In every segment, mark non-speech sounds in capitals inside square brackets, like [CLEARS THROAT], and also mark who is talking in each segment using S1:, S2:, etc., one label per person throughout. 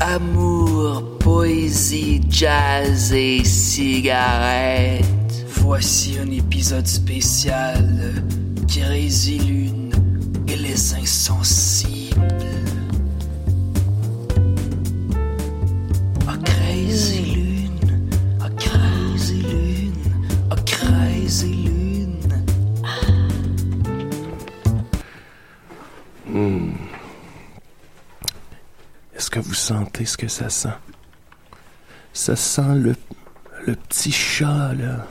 S1: Amour, poésie, jazz et cigarettes. Voici un épisode spécial qui résilune et les insensibles. Oh crazy lune, oh crazy lune, oh crazy lune.
S2: Est-ce que vous sentez ce que ça sent? Ça sent le, le petit chat, là,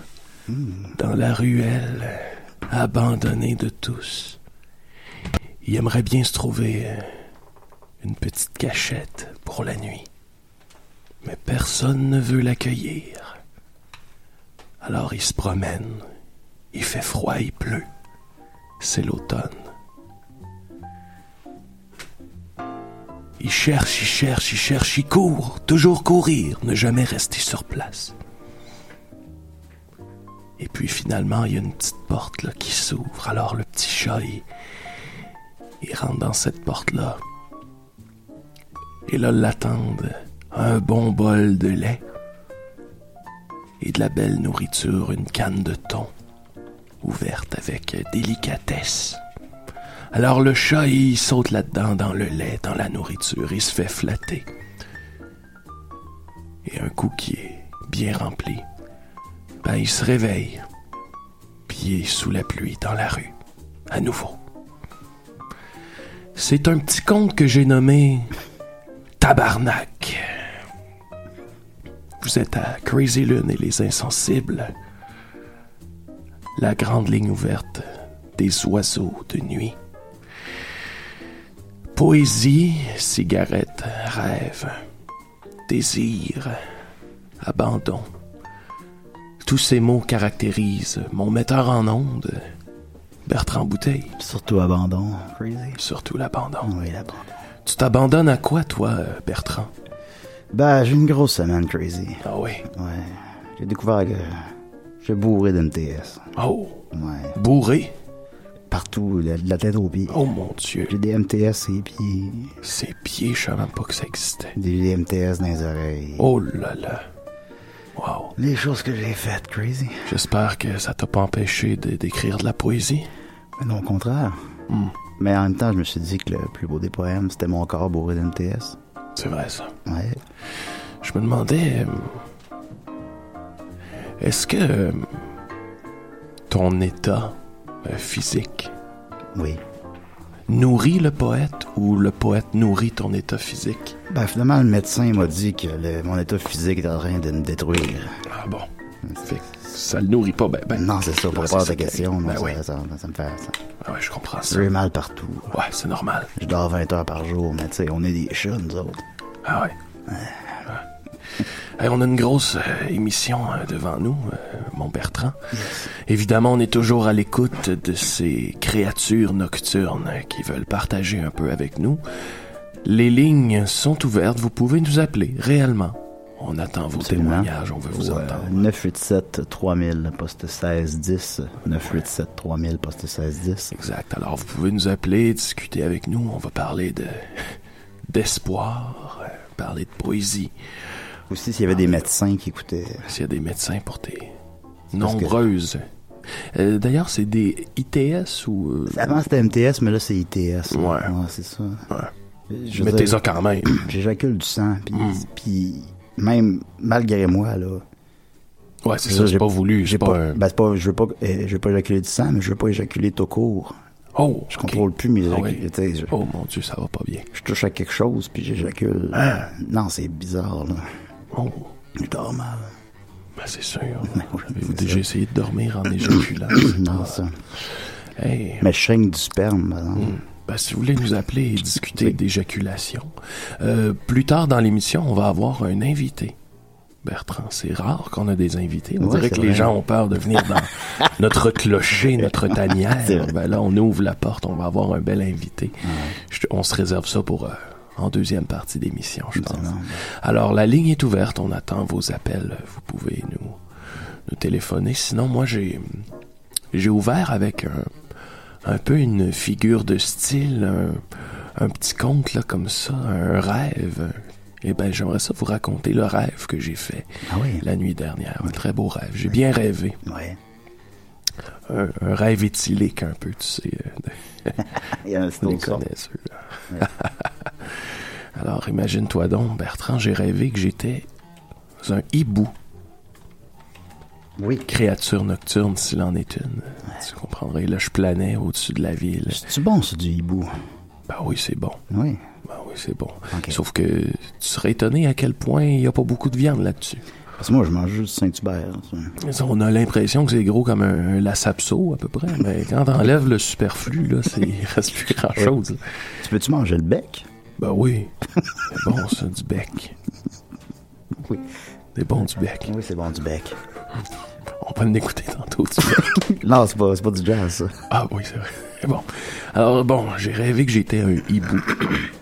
S2: dans la ruelle, abandonné de tous. Il aimerait bien se trouver euh, une petite cachette pour la nuit. Mais personne ne veut l'accueillir. Alors il se promène. Il fait froid, il pleut. C'est l'automne. Il cherche, il cherche, il cherche, il court, toujours courir, ne jamais rester sur place. Et puis finalement, il y a une petite porte là, qui s'ouvre, alors le petit chat, il, il rentre dans cette porte-là. Et là, l'attendent un bon bol de lait et de la belle nourriture, une canne de thon ouverte avec délicatesse. Alors le chat, il saute là-dedans, dans le lait, dans la nourriture, il se fait flatter. Et un coup qui est bien rempli, ben il se réveille, puis il est sous la pluie, dans la rue, à nouveau. C'est un petit conte que j'ai nommé Tabarnak. Vous êtes à Crazy Lune et les Insensibles, la grande ligne ouverte des oiseaux de nuit. Poésie, cigarette, rêve, désir, abandon. Tous ces mots caractérisent mon metteur en onde, Bertrand Bouteille,
S3: Surtout abandon. Crazy.
S2: surtout l'abandon.
S3: Oui, l'abandon.
S2: Tu t'abandonnes à quoi, toi, euh, Bertrand?
S3: Bah, j'ai une grosse semaine, Crazy.
S2: Ah oui.
S3: Ouais. J'ai découvert que j'ai bourré d'MTS.
S2: Oh,
S3: Ouais.
S2: bourré.
S3: Partout, la- de la tête aux pieds.
S2: Oh mon Dieu.
S3: J'ai des MTS et puis
S2: Ses pieds, je savais même pas que ça existait.
S3: des des MTS dans les oreilles.
S2: Oh là là. Wow.
S3: Les choses que j'ai faites, Crazy.
S2: J'espère que ça t'a pas empêché de- d'écrire de la poésie.
S3: Mais non, au contraire.
S2: Hmm.
S3: Mais en même temps, je me suis dit que le plus beau des poèmes, c'était mon corps bourré d'MTS.
S2: C'est vrai, ça.
S3: Ouais.
S2: Je me demandais. euh, Est-ce que. euh, Ton état euh, physique
S3: Oui.
S2: nourrit le poète ou le poète nourrit ton état physique?
S3: Ben, finalement, le médecin m'a dit que le- mon état physique est en train de me détruire.
S2: Ah bon. Fait que ça le nourrit pas. Ben, ben.
S3: non, c'est ça, pour
S2: non,
S3: répondre à
S2: c'est
S3: ta
S2: ça,
S3: question, non,
S2: ben
S3: ça,
S2: oui.
S3: ça- ça me fait... Ça,
S2: Ah ouais, je comprends ça.
S3: j'ai mal partout.
S2: Ouais, c'est normal.
S3: Je dors 20 heures par jour, mais tu sais, on est des chats, nous autres.
S2: Ah ouais. Ouais. Hey, on a une grosse euh, émission euh, devant nous, euh, mon Bertrand. Évidemment, on est toujours à l'écoute de ces créatures nocturnes euh, qui veulent partager un peu avec nous. Les lignes sont ouvertes, vous pouvez nous appeler, réellement. On attend vos
S3: Absolument.
S2: témoignages, on veut vous entendre.
S3: euh, 987 3000 poste 1610 987 3000 poste 1610
S2: Exact. Alors, vous pouvez nous appeler, discuter avec nous. On va parler de [LAUGHS] d'espoir, euh, parler de poésie.
S3: Aussi s'il y avait des médecins qui écoutaient
S2: S'il y a des médecins pour tes
S3: Parce que-
S2: nombreuses. Euh, D'ailleurs, c'est des ITS ou.
S3: [LAUGHS]
S2: euh,
S3: Avant c'était MTS mais là c'est ITS.
S2: Ouais.
S3: c'est ça.
S2: ouais.
S3: Je
S2: Mais
S3: veux dire,
S2: t'es Hmm. quand
S3: [CLEARS THROAT]
S2: même.
S3: J'éjacule du sang puis puis même malgré moi là.
S2: Ouais, c'est
S3: je-
S2: ça,
S3: j'ai-
S2: j'ai pas voulu.
S3: J'ai
S2: J'ai pas.
S3: pas,
S2: un-
S3: ben, c'est pas- je veux pas euh, je veux pas éjaculer du sang mais je veux pas éjaculer tout court.
S2: Oh,
S3: Je contrôle plus mes
S2: Ah ouais.
S3: éjacu- tu sais, je-
S2: Oh mon dieu, ça va pas bien.
S3: Je touche à quelque chose puis j'éjacule.
S2: Ah.
S3: Non, c'est bizarre là.
S2: Oh,
S3: Je dors mal.
S2: ben c'est
S3: [LAUGHS]
S2: sûr.
S3: oui,
S2: Avez-vous
S3: c'est
S2: déjà
S3: ça.
S2: essayé de dormir en
S3: [COUGHS]
S2: éjaculant?
S3: Non, ça.
S2: Hey,
S3: Mais je saigne du sperme, par exemple.
S2: Ben, si vous voulez nous appeler et discuter d'éjaculation, euh, plus tard dans l'émission, on va avoir un invité. Bertrand, c'est rare qu'on a des invités. On
S3: Ouais,
S2: dirait
S3: c'est
S2: que les
S3: vrai.
S2: gens ont peur de venir dans
S3: [LAUGHS]
S2: notre clocher, notre
S3: C'est
S2: tanière.
S3: vrai.
S2: Ben là, on ouvre la porte, on va avoir un bel invité. Je- on se réserve ça pour euh, en deuxième partie d'émission, je pense.
S3: Absolument.
S2: Alors, la ligne est ouverte. On attend vos appels. Vous pouvez nous, nous téléphoner. Sinon, moi, j'ai, j'ai ouvert avec un, un peu une figure de style, un, un petit conte là, comme ça, un rêve Eh bien, j'aimerais ça vous raconter le rêve que j'ai fait
S3: Ah oui.
S2: la nuit dernière. Un très beau rêve. J'ai bien rêvé.
S3: Ouais.
S2: Un, un rêve éthylique un peu, tu sais, euh, de-
S3: Il y a un
S2: on
S3: style
S2: les
S3: sort.
S2: connaît, ceux-là. [LAUGHS] Alors, imagine-toi donc, Bertrand, j'ai rêvé que j'étais un hibou,
S3: Oui.
S2: créature nocturne s'il en est une. Tu comprendrais, là, je planais au-dessus de la ville.
S3: C'est bon, c'est du hibou.
S2: Ben oui, c'est bon.
S3: Oui.
S2: Ben oui, c'est bon.
S3: Ok.
S2: Sauf que tu serais étonné à quel point il n'y a pas beaucoup de viande là-dessus.
S3: Parce que moi, je mange juste Saint-Hubert. ça.
S2: On a l'impression que c'est gros comme un, un lassapso, à peu près, mais quand t'enlèves le superflu, là, c'est, il reste plus grand-chose.
S3: Tu peux-tu manger le bec?
S2: Ben oui, c'est bon, ça, du bec.
S3: Oui.
S2: C'est bon, du bec.
S3: Oui, c'est bon, du bec. [LAUGHS]
S2: On va l'écouter tantôt. tu vois.
S3: Non, c'est pas, c'est pas du jazz, ça.
S2: ah oui, c'est vrai. Bon. Alors, bon, j'ai rêvé que j'étais un hibou.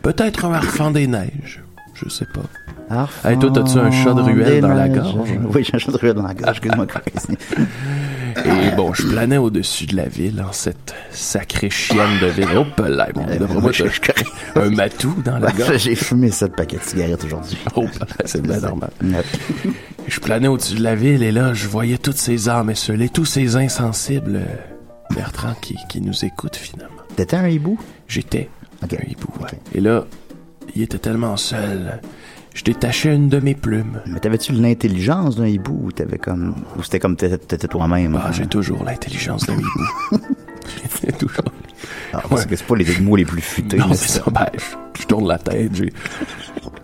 S2: Peut-être un arfan des neiges. Je sais pas.
S3: Arfan
S2: Hey, toi, t'as-tu un chat de ruelle dans la
S3: des
S2: gorge? Ah.
S3: neiges. [LAUGHS] Oui, j'ai un chat de ruelle dans la gorge. Excuse-moi, Chris.
S2: Et bon, je planais au-dessus de la ville en cette sacrée chienne de ville. Hop là, bon,
S3: Eh,
S2: [LAUGHS] d'après
S3: moi,
S2: moi,
S3: je-
S2: t'as-
S3: je corrige.
S2: un matou dans la gorge.
S3: [LAUGHS] J'ai fumé 7 paquets de cigarettes aujourd'hui.
S2: Oh, [LAUGHS] ben, c'est bien normal.
S3: Yep.
S2: Je planais au-dessus de la ville et là, je voyais toutes ces âmes esselées, tous ces insensibles, euh, Bertrand, qui, qui nous écoutent finalement.
S3: T'étais un hibou?
S2: J'étais
S3: Ok.
S2: un hibou, ouais.
S3: Ok.
S2: Et là, il était tellement seul. Je détachais une de mes plumes.
S3: Mais t'avais-tu l'intelligence d'un hibou ou t'avais comme. Ou c'était comme t'étais t'étais toi-même?
S2: Ah, j'ai toujours l'intelligence d'un hibou. J'ai toujours.
S3: Ah, parce que c'est pas les mots les plus futés.
S2: Non,
S3: là.
S2: c'est ça. Ben, je, je tourne la tête. j'ai-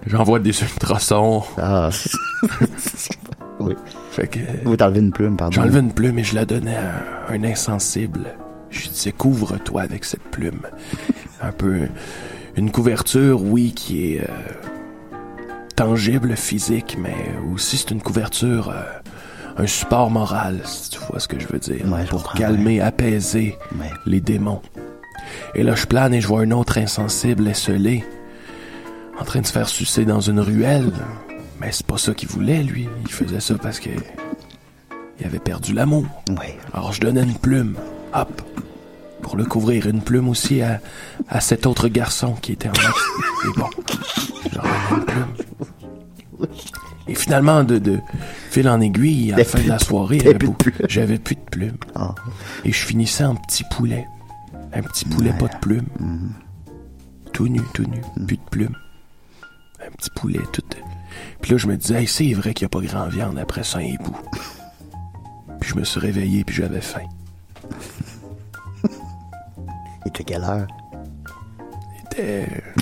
S2: J'envoie des ultrasons.
S3: Ah, c'est- [LAUGHS] oui.
S2: Fait que.
S3: Vous t'enlevez une plume, pardon.
S2: J'enlevais une plume et je la donnais à un insensible. Je disais, couvre-toi avec cette plume. Un peu une couverture, oui, qui est euh, tangible, physique, mais aussi c'est une couverture, euh, un support moral, si tu vois ce que je veux dire,
S3: Ouais, je
S2: pour
S3: comprends,
S2: calmer, apaiser
S3: Ouais.
S2: les démons. Et là, je plane et je vois un autre insensible esselé, en train de se faire sucer dans une ruelle. Mais c'est pas ça qu'il voulait, lui. Il faisait ça parce que. Il avait perdu l'amour.
S3: Ouais.
S2: Alors je donnais une plume. Hop. Pour le couvrir, une plume aussi à, à cet autre garçon qui était en mode. Et bon. je leur donnais une plume. Et finalement, de, de fil en aiguille, à la fin de la soirée,
S3: t'avais
S2: j'avais
S3: plus de
S2: beau-
S3: plume.
S2: j'avais plus de plume.
S3: Ah.
S2: Et je finissais en petit poulet. Un petit poulet, pas de plume.
S3: Mm-hmm.
S2: Tout nu, tout nu,
S3: Mm.
S2: plus de plume. Un petit poulet, tout. Puis là, je me disais, Hey, c'est vrai qu'il n'y a pas grand viande après ça, un
S3: [LAUGHS]
S2: hibou. puis je me suis réveillé, puis j'avais faim.
S3: Il était quelle heure?
S2: C'était. euh,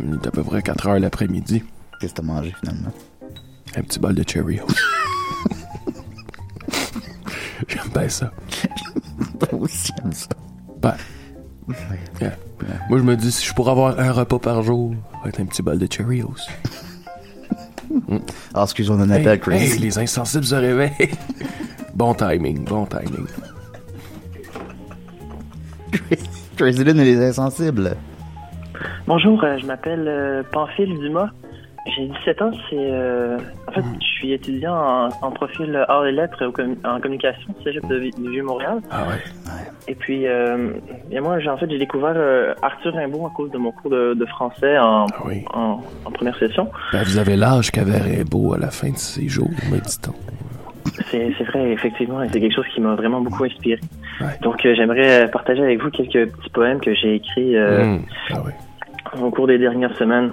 S2: Il était à peu près 4 heures l'après-midi.
S3: Qu'est-ce que t'as mangé finalement?
S2: Un petit bol de Cheerios.
S3: [LAUGHS]
S2: [LAUGHS] J'aime bien ça.
S3: Toi aussi, j'aime ça.
S2: Ben,
S3: Ouais.
S2: yeah. Moi, je me dis, si je pourrais avoir un repas par jour, ça va être un petit bol de Cheerios.
S3: Ah, excuse, on en
S2: Hey,
S3: appelle Chris.
S2: hey, les insensibles se
S4: [LAUGHS]
S2: réveillent. bon timing, bon timing.
S3: [LAUGHS] Crazy Lynn et les insensibles.
S4: Bonjour, euh, je m'appelle euh, Pamphile Dumas. J'ai 17 ans. C'est euh, en fait,
S2: Mm.
S4: je suis étudiant en, en profil hors et lettres au commu- en communication, au cégep de, Vi- du Vieux-Montréal.
S2: Ah ouais.
S4: Et puis, euh, et moi, j'ai en fait, j'ai découvert euh, Arthur Rimbaud à cause de mon cours de, de français en,
S2: Ah oui.
S4: en, en première session.
S2: Ben, vous avez l'âge qu'avait Rimbaud à la fin de ses jours, me dit-on.
S4: C'est c'est vrai, effectivement, et c'est quelque chose qui m'a vraiment beaucoup inspiré.
S2: Ouais.
S4: Donc, euh, j'aimerais euh, partager avec vous quelques petits poèmes que j'ai écrits euh,
S2: Hmm. Ah oui.
S4: au cours des dernières semaines.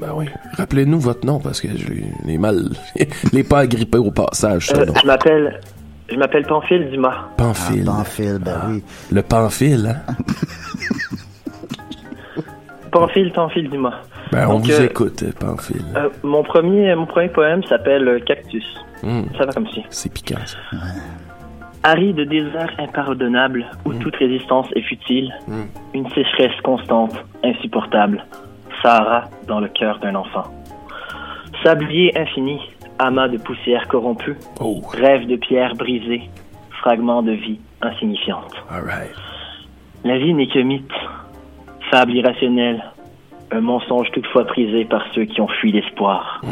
S2: Ben oui. Rappelez-nous votre nom parce que je l'ai mal. [LAUGHS] les pas agrippé au passage,
S4: Euh,
S2: ça, non.
S4: je m'appelle, je m'appelle Pamphile Dumas.
S3: Ah,
S2: Pamphile.
S3: Pamphile, ben
S2: Ah.
S3: oui.
S2: Le pamphile, hein?
S4: Pamphile, Pamphile Dumas.
S2: Ben, on
S4: Donc,
S2: vous
S4: euh,
S2: écoute, euh, pamphile.
S4: Euh, mon premier, mon premier poème s'appelle euh, Cactus.
S2: Hmm.
S4: Ça va comme si.
S2: C'est piquant, ça.
S4: Aride désert impardonnable où toute résistance est futile,
S2: Mm.
S4: une sécheresse constante, insupportable, Sahara dans le cœur d'un enfant. Sablier infini, amas de poussière corrompue,
S2: Oh,
S4: rêve de pierre brisée, fragment de vie insignifiante.
S2: alright.
S4: La vie n'est que mythe, fable irrationnelle, un mensonge toutefois prisé par ceux qui ont fui l'espoir.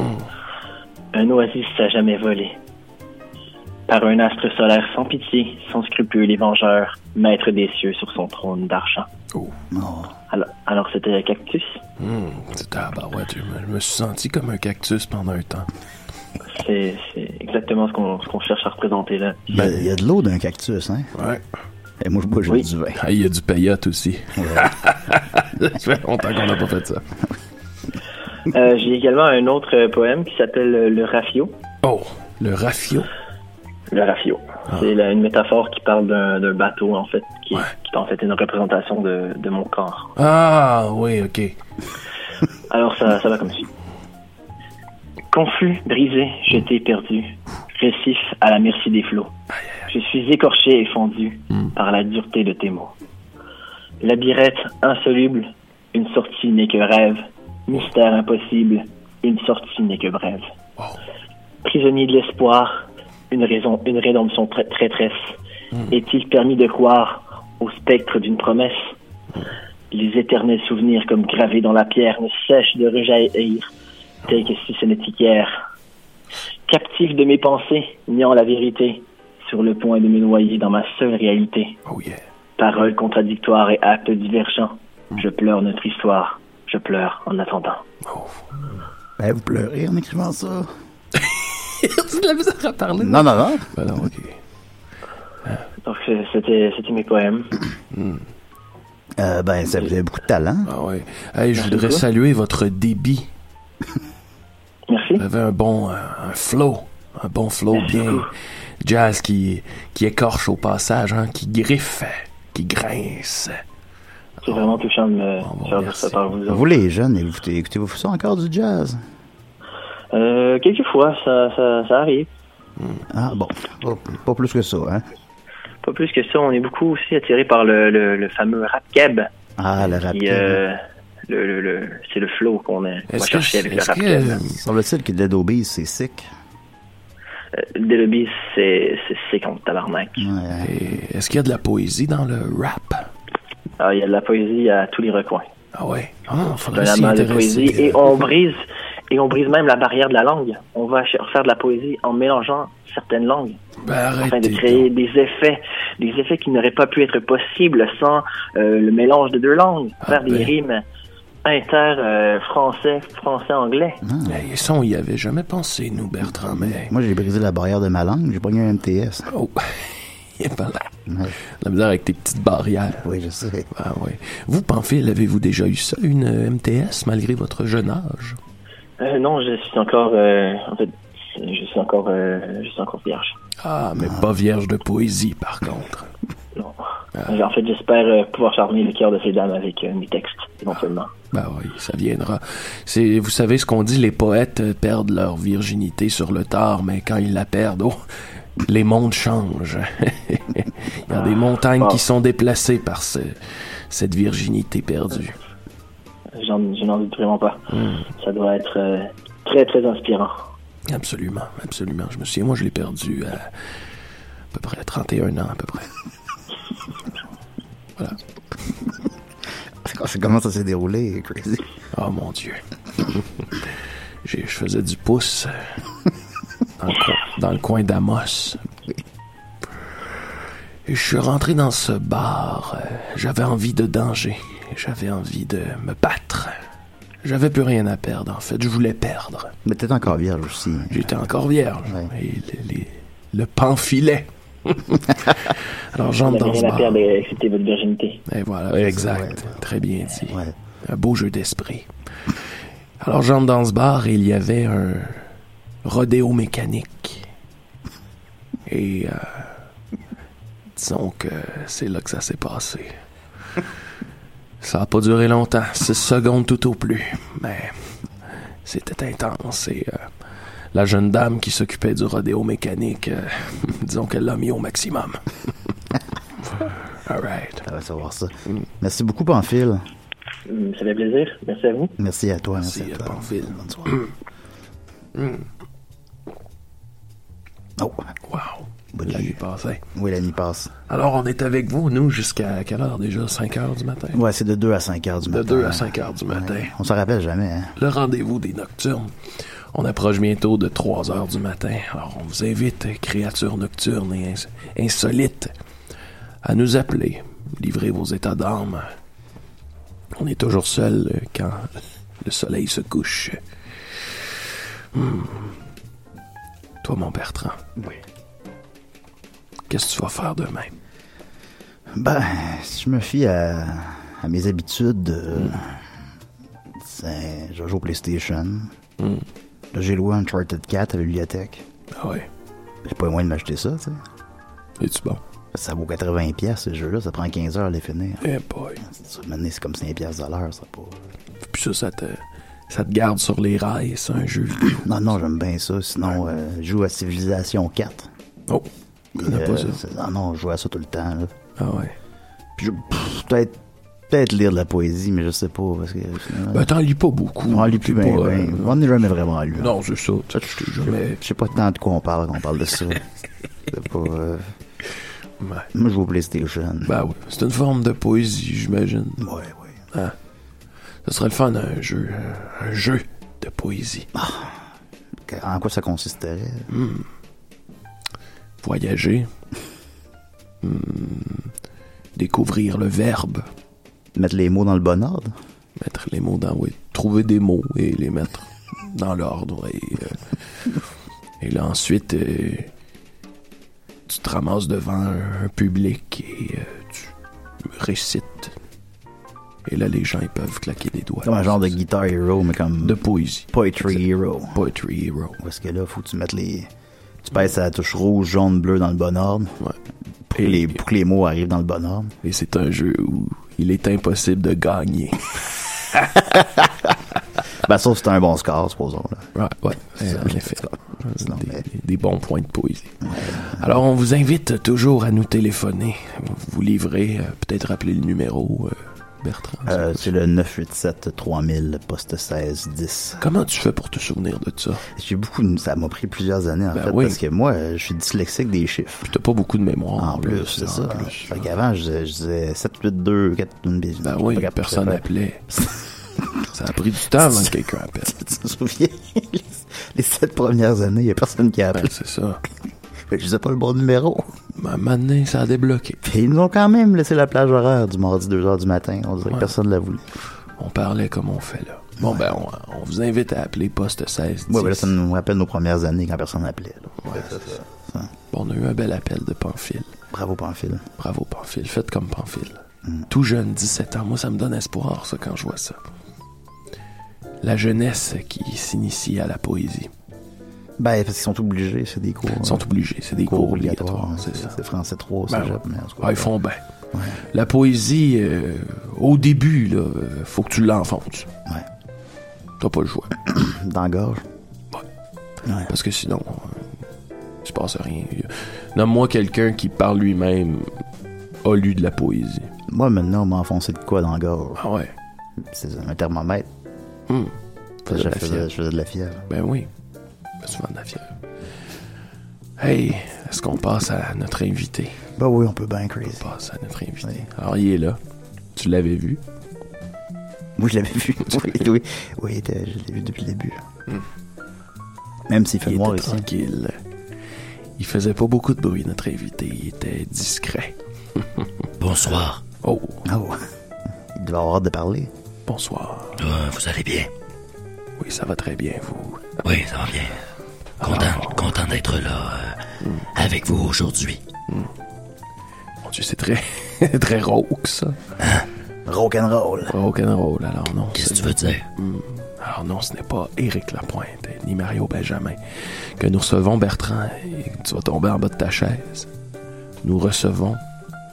S4: Un oasis à jamais volé. Par un astre solaire sans pitié, sans scrupule et vengeur, maître des cieux sur son trône d'argent.
S2: Oh.
S3: Non.
S4: Alors, Alors c'était un cactus.
S2: Hum, c'est- ah, bah ouais, je me- je me suis senti comme un cactus pendant un temps.
S4: C'est c'est exactement ce qu'on ce qu'on cherche à représenter [LAUGHS] là.
S3: Il
S2: Ben-
S3: y a, il y a de l'eau d'un cactus, hein?
S2: Ouais.
S3: Et moi, je bois juste
S4: Oui.
S3: du
S2: [LAUGHS]
S3: vin.
S2: Ah, il y a du payotte aussi. [LAUGHS] ça fait longtemps qu'on n'a pas fait ça.
S4: Euh, J'ai également un autre euh, poème qui s'appelle euh, Le Rafio.
S2: Oh, le rafio.
S4: Le Rafio. C'est la- une métaphore qui parle d'un d'un bateau en fait, qui,
S2: Ouais.
S4: qui est en fait une représentation de, de mon corps.
S2: Ah, oui, ok.
S4: Alors ça, ça va comme suit. Confus, brisé, jeté, perdu, récif à la merci des flots. Je suis écorché et fondu par la dureté de tes mots. Labyrinthe insoluble, une sortie n'est que rêve. Mystère impossible, une sortie n'est que brève.
S2: Wow.
S4: Prisonnier de l'espoir, une raison, une rédemption tra- traîtresse. Est-il permis de croire au spectre d'une promesse? Les éternels souvenirs comme gravés dans la pierre ne cessent de rejaillir, tels que si ce n'était qu'hier. Captif de mes pensées, niant la vérité, sur le point de me noyer dans ma seule réalité.
S2: Oh yeah.
S4: Paroles contradictoires et actes divergents, je pleure notre histoire, je pleure en attendant.
S3: Ben, vous pleurez en écrivant ça?
S2: tu de la misère à parler?
S3: Non, non, non.
S2: Ben non, ok.
S4: Donc c'est- c'était c'était mes poèmes.
S3: Euh, ben, ça vous avez beaucoup de talent.
S2: Ah ouais. Hey, je
S4: Merci
S2: voudrais
S4: beaucoup.
S2: saluer votre débit.
S4: Merci.
S2: Vous avez un bon euh, un flow. Un bon flow
S4: Merci
S2: bien
S4: beaucoup.
S2: jazz qui, qui écorche au passage, hein, qui griffe, qui grince.
S4: C'est vraiment touchant de me
S2: bon,
S4: faire dire
S2: merci.
S4: ça par vous. autres.
S3: Vous, les jeunes, écoutez- écoutez-vous ça encore du jazz?
S4: Euh, quelquefois, ça, ça, ça arrive.
S3: Ah, bon. Pas, pas plus que ça, hein?
S4: Pas plus que ça, on est beaucoup aussi attiré par le, le, le fameux rap keb.
S3: Ah, le rap.
S4: Puis, euh, le, le, le, c'est le flow qu'on a qu'on va
S2: Est-ce que,
S4: chercher avec le
S2: est-ce
S4: rap.
S2: que
S3: Semble-t-il que de la Dobie, c'est sick.
S4: Delobis, c'est c'est sick en tabarnak.
S2: Ah,
S3: Ouais.
S2: Et Est-ce qu'il y a de la poésie dans le rap?
S4: Alors, Ah, il y a de la poésie à tous les recoins.
S2: Ah ouais. Ah, faudrait s'y
S4: Vraiment de la
S2: intéresser.
S4: poésie. Et on brise, et on brise même la barrière de la langue. On va ch- faire de la poésie en mélangeant certaines langues
S2: Ben,
S4: afin de
S2: arrêtez
S4: créer des effets, des effets qui n'auraient pas pu être possibles sans euh, le mélange de deux langues.
S2: Ah
S4: Faire des
S2: ben.
S4: rimes inter euh, français, français anglais.
S2: donc. Hey, ça, on y avait jamais pensé, nous, Bertrand, mais...
S3: Moi, j'ai brisé la barrière de ma langue, j'ai pogné un MTS.
S2: Oh, [LAUGHS] il est pas là.
S3: Ouais.
S2: La misère avec tes petites barrières.
S3: Oui, je sais. [LAUGHS]
S2: Ah ouais. Vous, Pamphile, avez-vous déjà eu ça, une euh, MTS, malgré votre jeune âge?
S4: Euh, non, je suis encore, euh, en fait, je suis encore, euh, je suis encore vierge.
S2: Ah, mais pas vierge de poésie, par contre.
S4: Non.
S5: Ah.
S4: En fait, j'espère euh, pouvoir charmer le cœur de ces dames avec euh, mes textes, éventuellement.
S5: Ah.
S2: Ben oui, ça viendra. C'est, vous savez ce qu'on dit, les poètes euh, perdent leur virginité sur le tard, mais quand ils la perdent, oh, les mondes changent. [LAUGHS] Il y a des montagnes qui sont déplacées par ce- cette virginité perdue.
S4: J'en, je n'en doute vraiment pas.
S5: Hmm.
S4: Ça doit être euh, très, très inspirant.
S2: Absolument, absolument. Je me souviens, moi, je l'ai perdu à, à peu près à 31 ans, à peu près.
S3: C'est comment ça s'est déroulé, Crazy?
S2: Oh mon Dieu. [LAUGHS] J'ai- je faisais du pouce euh, dans le, coin- dans le coin d'Amos. Et je suis rentré dans ce bar. euh, J'avais envie de danger. J'avais envie de me battre. J'avais plus rien à perdre, en fait. Je voulais perdre.
S3: Mais t'es encore vierge aussi.
S2: J'étais encore vierge.
S3: Ouais.
S2: Et les- les- le
S4: [LAUGHS]
S2: pamphilait. Alors
S4: Vous
S2: j'entre
S4: n'avez
S2: dans ce
S4: rien à
S2: bar.
S4: perdre, euh, excepté votre virginité.
S2: Et voilà, exact. Très bien dit.
S3: Ouais.
S2: Un beau jeu d'esprit. Alors j'entre dans ce bar et il y avait un rodéo mécanique. Et euh, disons que c'est là que ça s'est passé. Ça a pas duré longtemps, 6 secondes tout au plus, mais c'était intense et euh, la jeune dame qui s'occupait du rodéo mécanique, euh, [LAUGHS] disons qu'elle l'a mis au
S3: [LAUGHS]
S2: maximum. All right.
S3: Ça va savoir ça. Merci beaucoup, Pamphile.
S4: Hum, Ça fait plaisir. Merci à vous.
S3: Merci à toi. Merci,
S2: Merci,
S3: à toi.
S2: Pamphile. Mm.
S3: Bonne soirée. Oh,
S2: Wow.
S3: Bonne
S2: La
S3: nuit.
S2: nuit passée.
S3: oui, la nuit passe.
S2: Alors, on est avec vous, nous, jusqu'à quelle heure déjà 5 heures du matin
S3: Ouais, c'est de 2 à 5 heures du
S2: De
S3: matin.
S2: 2 à 5 heures du
S3: Ouais.
S2: matin.
S3: On s'en rappelle jamais, hein?
S2: Le rendez-vous des nocturnes. On approche bientôt de 3 heures du matin. Alors, on vous invite, créatures nocturnes et ins- insolites, à nous appeler, livrer vos états d'âme. On est toujours seul euh, quand le soleil se couche. Hmm. Toi, mon Bertrand,
S3: Oui.
S2: qu'est-ce que tu vas faire demain?
S3: Ben, si je me fie à, à mes habitudes, euh,
S2: Hmm.
S3: c'est- je joue au PlayStation.
S2: Mm.
S3: Là, j'ai loué Uncharted 4 à la bibliothèque.
S2: Ah ouais,
S3: J'ai pas moyen de m'acheter ça, tu sais.
S2: es-tu bon?
S3: Ça vaut 80$ piastres, ce jeu-là, ça prend 15 heures à les finir.
S2: Eh boy.
S3: Ça, maintenant, c'est comme 5$ piastres à l'heure, ça pas.
S2: Puis ça, ça te, ça te garde sur les rails, c'est un jeu
S3: [COUGHS]
S2: vidéo.
S3: Non, non, j'aime bien ça. Sinon, euh, je joue à Civilisation 4.
S2: Oh, on n'a
S3: Euh,
S2: pas ça.
S3: c'est- Ah non, je joue à ça tout le temps, là.
S2: Ah ouais.
S3: Puis je- pff, peut-être peut-être lire de la poésie, mais je sais pas, parce que... euh,
S2: Ben, t'en lis pas beaucoup.
S3: on lit plus
S2: T'es
S3: bien,
S2: pas,
S3: ben.
S2: euh,
S3: On n'est jamais vraiment lu. hein.
S2: Non, c'est ça. Tu sais, je t'ai jamais.
S3: Je sais pas tant de quoi on parle quand on parle
S2: [LAUGHS]
S3: de ça. C'est pas, euh,
S2: Ouais.
S3: Moi, je joue au PlayStation.
S2: Ben oui, c'est une forme de poésie, j'imagine.
S3: Ouais, ouais.
S2: Ce serait le fun, un jeu. Un, un jeu de poésie.
S3: Qu- En quoi ça consisterait?
S2: Voyager. Hmm. Découvrir le verbe.
S3: Mettre les mots dans le bon ordre?
S2: Ben, Mettre les mots dans. Oui. Trouver des mots et les mettre dans l'ordre. Et, euh, et là, ensuite, euh, tu te ramasses devant un, un public et euh, tu récites. Et là, les gens, ils peuvent claquer des doigts.
S3: Comme un genre de Guitar Hero, mais comme...
S2: De poésie.
S3: Poetry Hero.
S2: Poetry Hero.
S3: Parce que là, faut que tu mettes les... Tu passes à la touche rouge, jaune, bleu dans le bon ordre.
S2: Ouais.
S3: Pour que, les, pour que les mots arrivent dans le bon ordre.
S2: Et c'est un jeu où il est impossible de gagner.
S3: Ben, sauf si t'as un bon score, supposons. Là.
S2: Ouais, ouais,
S3: C'est
S2: en
S3: ça,
S2: effet.
S3: c'est ça. Non,
S2: Des,
S3: mais-
S2: des bons points de poésie. Alors, on vous invite toujours à nous téléphoner. Vous vous livrez, euh, peut-être rappeler le numéro, euh, Bertrand.
S3: Euh, c'est le 987-3000, poste 16-10.
S2: Comment tu fais pour te souvenir de ça?
S3: J'ai beaucoup... de- Ça m'a pris plusieurs années, en
S2: Ben
S3: fait,
S2: oui.
S3: parce que moi, euh, je suis dyslexique des chiffres.
S2: T'as pas beaucoup de mémoire.
S3: En
S2: là,
S3: plus, c'est ça.
S2: En plus.
S3: Fait qu'avant, je disais- je disais 7, 8, 2, 4, une bise.
S2: Ben oui, personne
S3: [LAUGHS]
S2: n'appelait. ça a pris du temps avant que quelqu'un appelle.
S3: Tu te souviens, [LAUGHS] les- les 7 premières années, il n'y a personne qui a
S2: Ben,
S3: appelé.
S2: c'est ça. Ben.
S3: Fait que Je disais pas le bon numéro.
S2: Ma maintenant, ça a débloqué.
S3: Puis ils nous ont quand même laissé la plage horaire du mardi 2h du matin. On dirait
S2: Ouais.
S3: que personne ne la voulait.
S2: On parlait comme on fait là. Bon, ben, on, on vous invite à appeler poste 16.
S3: Ouais, ben là, ça nous rappelle nos premières années quand personne n'appelait. là.
S2: Ouais,
S3: Fait que ça. ça.
S2: Bon, on a eu un bel appel de Pamphile.
S3: Bravo, Pamphile.
S2: Bravo, Pamphile. Faites comme Pamphile. Tout jeune, 17 ans. Moi, ça me donne espoir, ça, quand je vois ça. La jeunesse qui s'initie à la poésie.
S3: Ben, parce qu'ils sont obligés, c'est des cours.
S2: Ils
S3: euh,
S2: sont obligés. C'est des cours obligatoires,
S3: hein.
S2: c'est ça.
S3: C'est français
S2: Ben
S3: 3, c'est
S2: ouais.
S3: japonais. en tout cas.
S2: Ah, ils font bien. La poésie, euh, au début, là, euh, faut que tu l'enfonces.
S3: Ouais.
S2: T'as pas le choix.
S3: Dans la gorge.
S2: Parce que sinon, euh, il se passe rien. Nomme-moi quelqu'un qui, par lui-même, a lu de la poésie.
S3: Moi, maintenant, on m'a enfoncé de quoi dans la gorge?
S2: Ah ouais.
S3: C'est un thermomètre.
S2: Hmm.
S3: Je
S2: Faisais de la
S3: faisais, je faisais de la fièvre.
S2: Ben oui. Je suis souvent de la fièvre. Hey, est-ce qu'on passe à notre invité?
S3: Ben oui, on peut bien
S2: On
S3: crazy.
S2: passe à notre invité.
S3: Oui.
S2: Alors, il est là. Tu l'avais vu.
S3: Moi, je l'avais
S2: [LAUGHS]
S3: vu. oui, oui, oui, il était- je l'ai vu depuis le début. Même s'il fait
S2: Hmm. Il
S3: noir
S2: était
S3: ici.
S2: tranquille. Il faisait pas beaucoup de bruit, notre invité. Il était discret. [LAUGHS]
S5: Bonsoir.
S2: Oh,
S3: Oh. Il devait avoir hâte de parler.
S2: bonsoir.
S5: Euh, vous allez bien?
S2: Oui, ça va très bien, vous. Ah.
S5: Oui, ça va bien. Content, content d'être là euh, avec vous aujourd'hui.
S2: Hmm. Mon Dieu, c'est très, [LAUGHS] très rauque, ça.
S3: Rock'n'roll.
S2: Rock'n'roll, alors non. c'est-
S5: Qu'est-ce que tu veux dire?
S2: Hmm. Alors non, ce n'est pas Éric Lapointe, ni Mario Benjamin, que nous recevons Bertrand, et tu vas tomber en bas de ta chaise. Nous recevons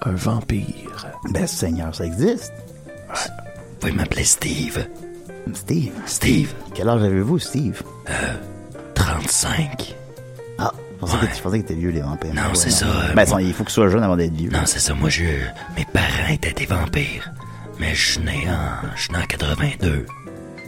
S2: un vampire.
S3: Ben, Seigneur, ça existe.
S5: Vous pouvez m'appeler Steve.
S3: Steve.
S5: Steve, Euh,
S3: Quel âge avez-vous, Steve?
S5: 35.
S3: Ah, je pensais que- je pensais qu'il était vieux, les vampires.
S5: Non,
S3: Ouais,
S5: c'est ça, euh,
S3: Ben,
S5: moi-
S3: son- il faut qu'il soit jeune avant d'être vieux.
S5: Non, c'est ça, moi, je, mes parents étaient des vampires. Mais je suis né en, je suis né en 82.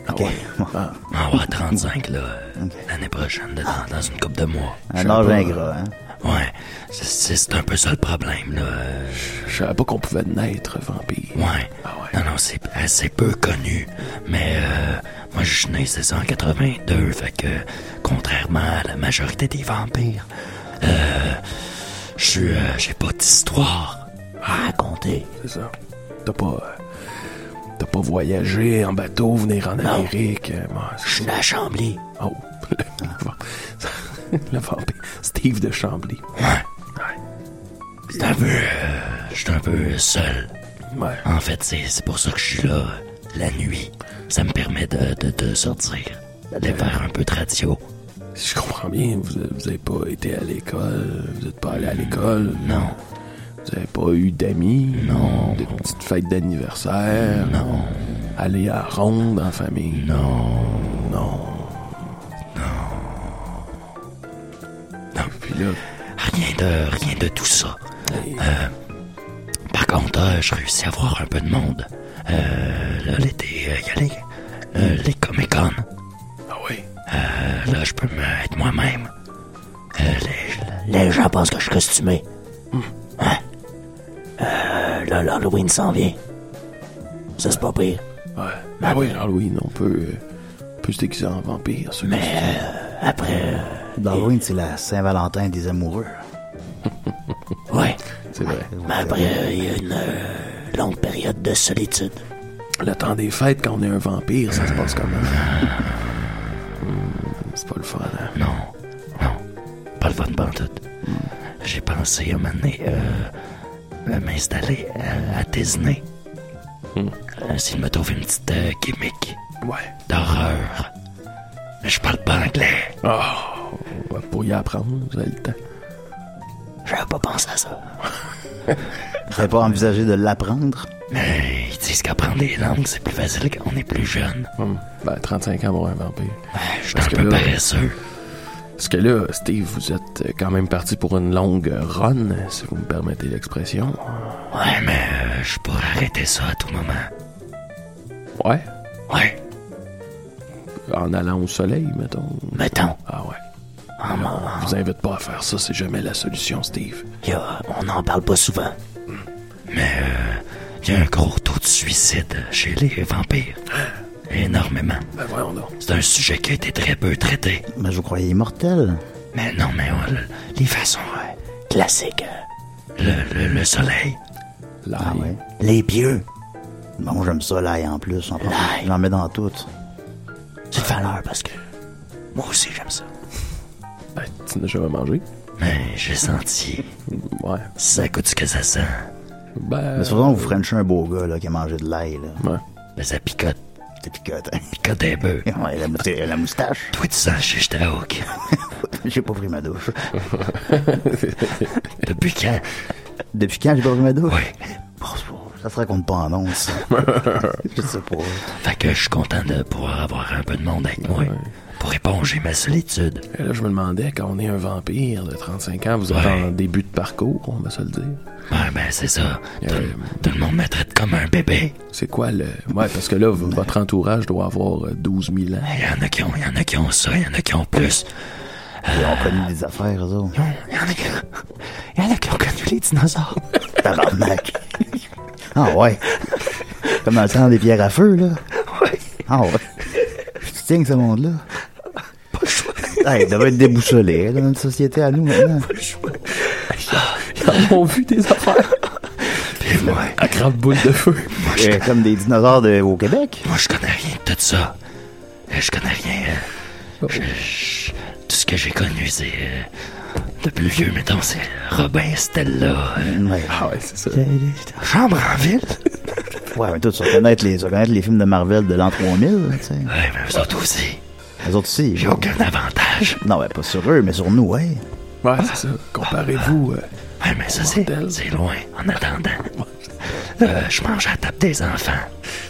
S2: Ah
S3: Ok.
S2: ouais. Ah,
S5: On va avoir 35, là,
S3: [LAUGHS]
S5: euh,
S3: Ok.
S5: l'année prochaine, dans, dans une couple de mois.
S3: Un âge ingrat, hein?
S5: euh, Ouais, c'est- c'est c'est un peu ça le problème, là. euh,
S2: je savais pas qu'on pouvait naître vampire.
S5: Ouais.
S2: Ah ouais.
S5: Non, non, c'est assez peu connu. Mais euh, moi, je suis né, c'est ça, en 82. Fait que, contrairement à la majorité des vampires, euh, je suis, euh, j'ai pas d'histoire à raconter.
S2: C'est ça. T'as pas... euh, T'as pas voyagé en bateau, venir en Amérique. euh, moi,
S5: Je suis né à Chambly.
S2: Oh, [LAUGHS] le, le vampire. Steve de Chambly.
S5: C'est un peu. euh, je suis un peu seul.
S2: Ouais.
S5: En fait, c'est c'est pour ça que je suis là euh, la nuit. Ça me permet de, de, de sortir, de faire un peu de radio.
S2: Si je comprends bien, vous, vous avez pas été à l'école, vous êtes pas allé à l'école,
S5: Non,
S2: vous avez pas eu d'amis,
S5: Non.
S2: de petites fêtes d'anniversaire,
S5: non,
S2: aller à ronde en famille,
S5: non.
S2: non. Non. Puis là,
S5: Rien de, rien de tout ça. Euh, par contre, euh, je réussis à voir un peu de monde. Euh, là, l'été, il y a les, euh, les Comic-Con.
S2: ah oui,
S5: Euh, là, je peux me- être moi-même. Euh, les, les gens pensent que je suis costumé. Hein? Euh, là, l'Halloween s'en vient. Ça, c'est pas pire.
S2: ouais. Ah oui, Halloween, on peut, euh, on peut se déguiser en vampire, ça.
S5: Mais euh, après,
S3: Darwin, c'est la Saint-Valentin des amoureux.
S5: euh, ouais.
S2: c'est vrai.
S5: Mais après, euh, il y a une euh, longue période de solitude.
S2: Le temps des fêtes, quand on est un vampire, ça se passe [LAUGHS] comment? Hmm, C'est pas le fun, hein?
S5: Non, non, pas le fun pantoute. J'ai pensé à un moment donné, euh, à m'installer euh, à Disney. Euh, S'il me trouve une petite euh, gimmick
S2: Ouais.
S5: d'horreur. Mais je parle pas anglais.
S2: Oh, on va pour y apprendre, vous avez le temps.
S5: J'avais pas pensé à ça.
S3: T'avais
S5: ben,
S3: pas envisagé de l'apprendre?
S5: Mais ils disent qu'apprendre des langues, c'est plus facile quand on est plus jeune.
S2: Hmm. Ben, 35 ans pour un vampire.
S5: Ben, je suis
S2: Parce
S5: un
S2: que
S5: peu
S2: là-
S5: paresseux.
S2: Parce que là, Steve, vous êtes euh, quand même parti pour une longue euh, run, si vous me permettez l'expression.
S5: Ouais, mais euh, je pourrais arrêter ça à tout moment.
S2: Ouais.
S5: Ouais,
S2: En allant au soleil, mettons.
S5: mettons.
S2: Ah ouais.
S5: Ah, mon-
S2: Je vous invite pas à faire ça, c'est jamais la solution, Steve.
S5: Y a- on n'en parle pas souvent. Mais il y a un gros taux de suicide chez les vampires. Énormément.
S2: Ben voyons donc.
S5: C'est un sujet qui a été très peu traité.
S3: Mais Ben, je vous croyais immortel.
S5: Mais non, mais euh, le- les façons euh, classiques. euh, Le, le- le soleil.
S2: Là,
S3: Ah ouais?
S5: Les pieux.
S3: Bon, j'aime ça, l'ail en plus. En plus,
S5: L'ail.
S3: J'en mets dans tout.
S5: C'est de valeur parce que moi aussi j'aime ça.
S2: ben, tu n'as jamais mangé?
S5: Mais j'ai senti.
S2: Ouais.
S5: Ça coûte ce que ça sent.
S2: Ben.
S3: Mais souvent, vous frenchez un beau gars là, qui a mangé de l'ail. là.
S2: Ouais.
S5: Mais ça picote.
S3: C'est picote. hein?
S5: Picote un peu.
S3: [LAUGHS] Ouais, la, mou- la moustache. [LAUGHS]
S5: Toi, tu sens chez Jtaouk.
S3: J'ai pas pris ma douche.
S5: Depuis quand?
S3: Depuis quand j'ai pas pris ma douche?
S5: Oui.
S3: Bon, ça se raconte pas en ondes, ça. [LAUGHS] je sais pas.
S5: Fait que je suis content de pouvoir avoir un peu de monde avec moi. Pour éponger ma solitude.
S2: Et là, je me demandais, quand on est un vampire de 35 ans, vous êtes
S5: Ouais.
S2: en début de parcours, on va se le dire.
S5: Ouais, ben c'est ça. Tout, tout le monde me traite comme un bébé.
S2: C'est quoi le. Ouais, parce que là,
S5: Ben.
S2: v- votre entourage doit avoir euh, 12 000 ans.
S5: Il y en a qui ont, il y en a qui ont ça, il y en a qui ont plus.
S3: Ils ont connu des affaires, eux autres.
S5: Il y en a qui, il y en a qui ont connu les dinosaures.
S3: Tabarnak. Ah ouais. Comme dans le temps des pierres à feu, là.
S5: Ouais,
S3: Ah ouais. Tu tiens que ce monde-là.
S5: pas le choix,
S3: Ah, il devait être déboussolé dans notre société à nous maintenant.
S5: pas le choix.
S2: Ils ont vu des affaires
S5: Puis moi,
S2: à grande boule de feu.
S5: moi, je,
S3: Euh, comme des dinosaures de- au Québec.
S5: moi, je connais rien de tout ça. Euh, Je connais rien. euh, je- je- tout ce que j'ai connu, c'est. euh, le plus vieux, mettons, c'est Robin Stella. euh,
S3: Ouais.
S2: Ah ouais, c'est ça.
S5: Chambre en ville.
S3: Ouais, mais toi, tu vas connaître les, tu vas connaître les films de Marvel de l'an 3000, tu sais.
S5: Ouais, mais eux autres aussi.
S3: Les autres aussi.
S5: J'ai aucun avantage.
S3: Non, ouais, pas sur eux, mais sur nous, ouais.
S2: Ouais, c'est ça. Comparez-vous. euh,
S5: Ouais, mais ça, c'est
S2: Mortel.
S5: c'est loin. En attendant, euh, je mange à la table des enfants.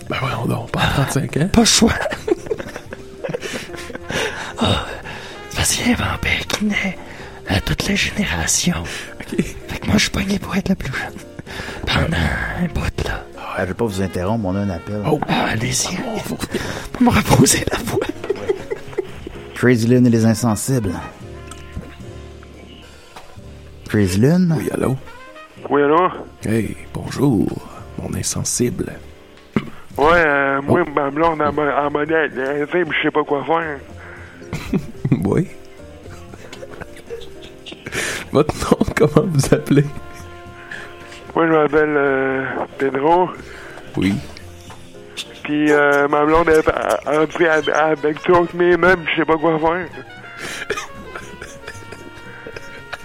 S2: Ben voyons donc, pas à 35 ans.
S5: Pas le choix. [LAUGHS] Ah, c'est parce qu'il y a un vampire qui naît à toutes les générations. Fait que moi, je suis pogné pour être le plus jeune. Pendant un bout, là.
S3: Ah, je vais pas vous interrompre, on a un appel.
S5: Ah, allez-y. Pour me reposer la voix.
S3: Crazy Lune et les insensibles. Crazy Lune?
S2: Oui, allô?
S6: Oui, allô?
S2: Hey, bonjour, mon insensible. [LAUGHS]
S6: Ouais,
S2: Oh.
S6: euh, moi, ma blonde en, mo- en modèle, elle dit, je sais pas quoi faire.
S2: Oui? Votre nom, comment vous appelez?
S6: Moi, je m'appelle euh, Pedro.
S2: Oui.
S6: Puis euh, ma blonde est en- entrée à- avec tous mes meubles, je sais pas
S2: [LAUGHS]
S6: quoi faire.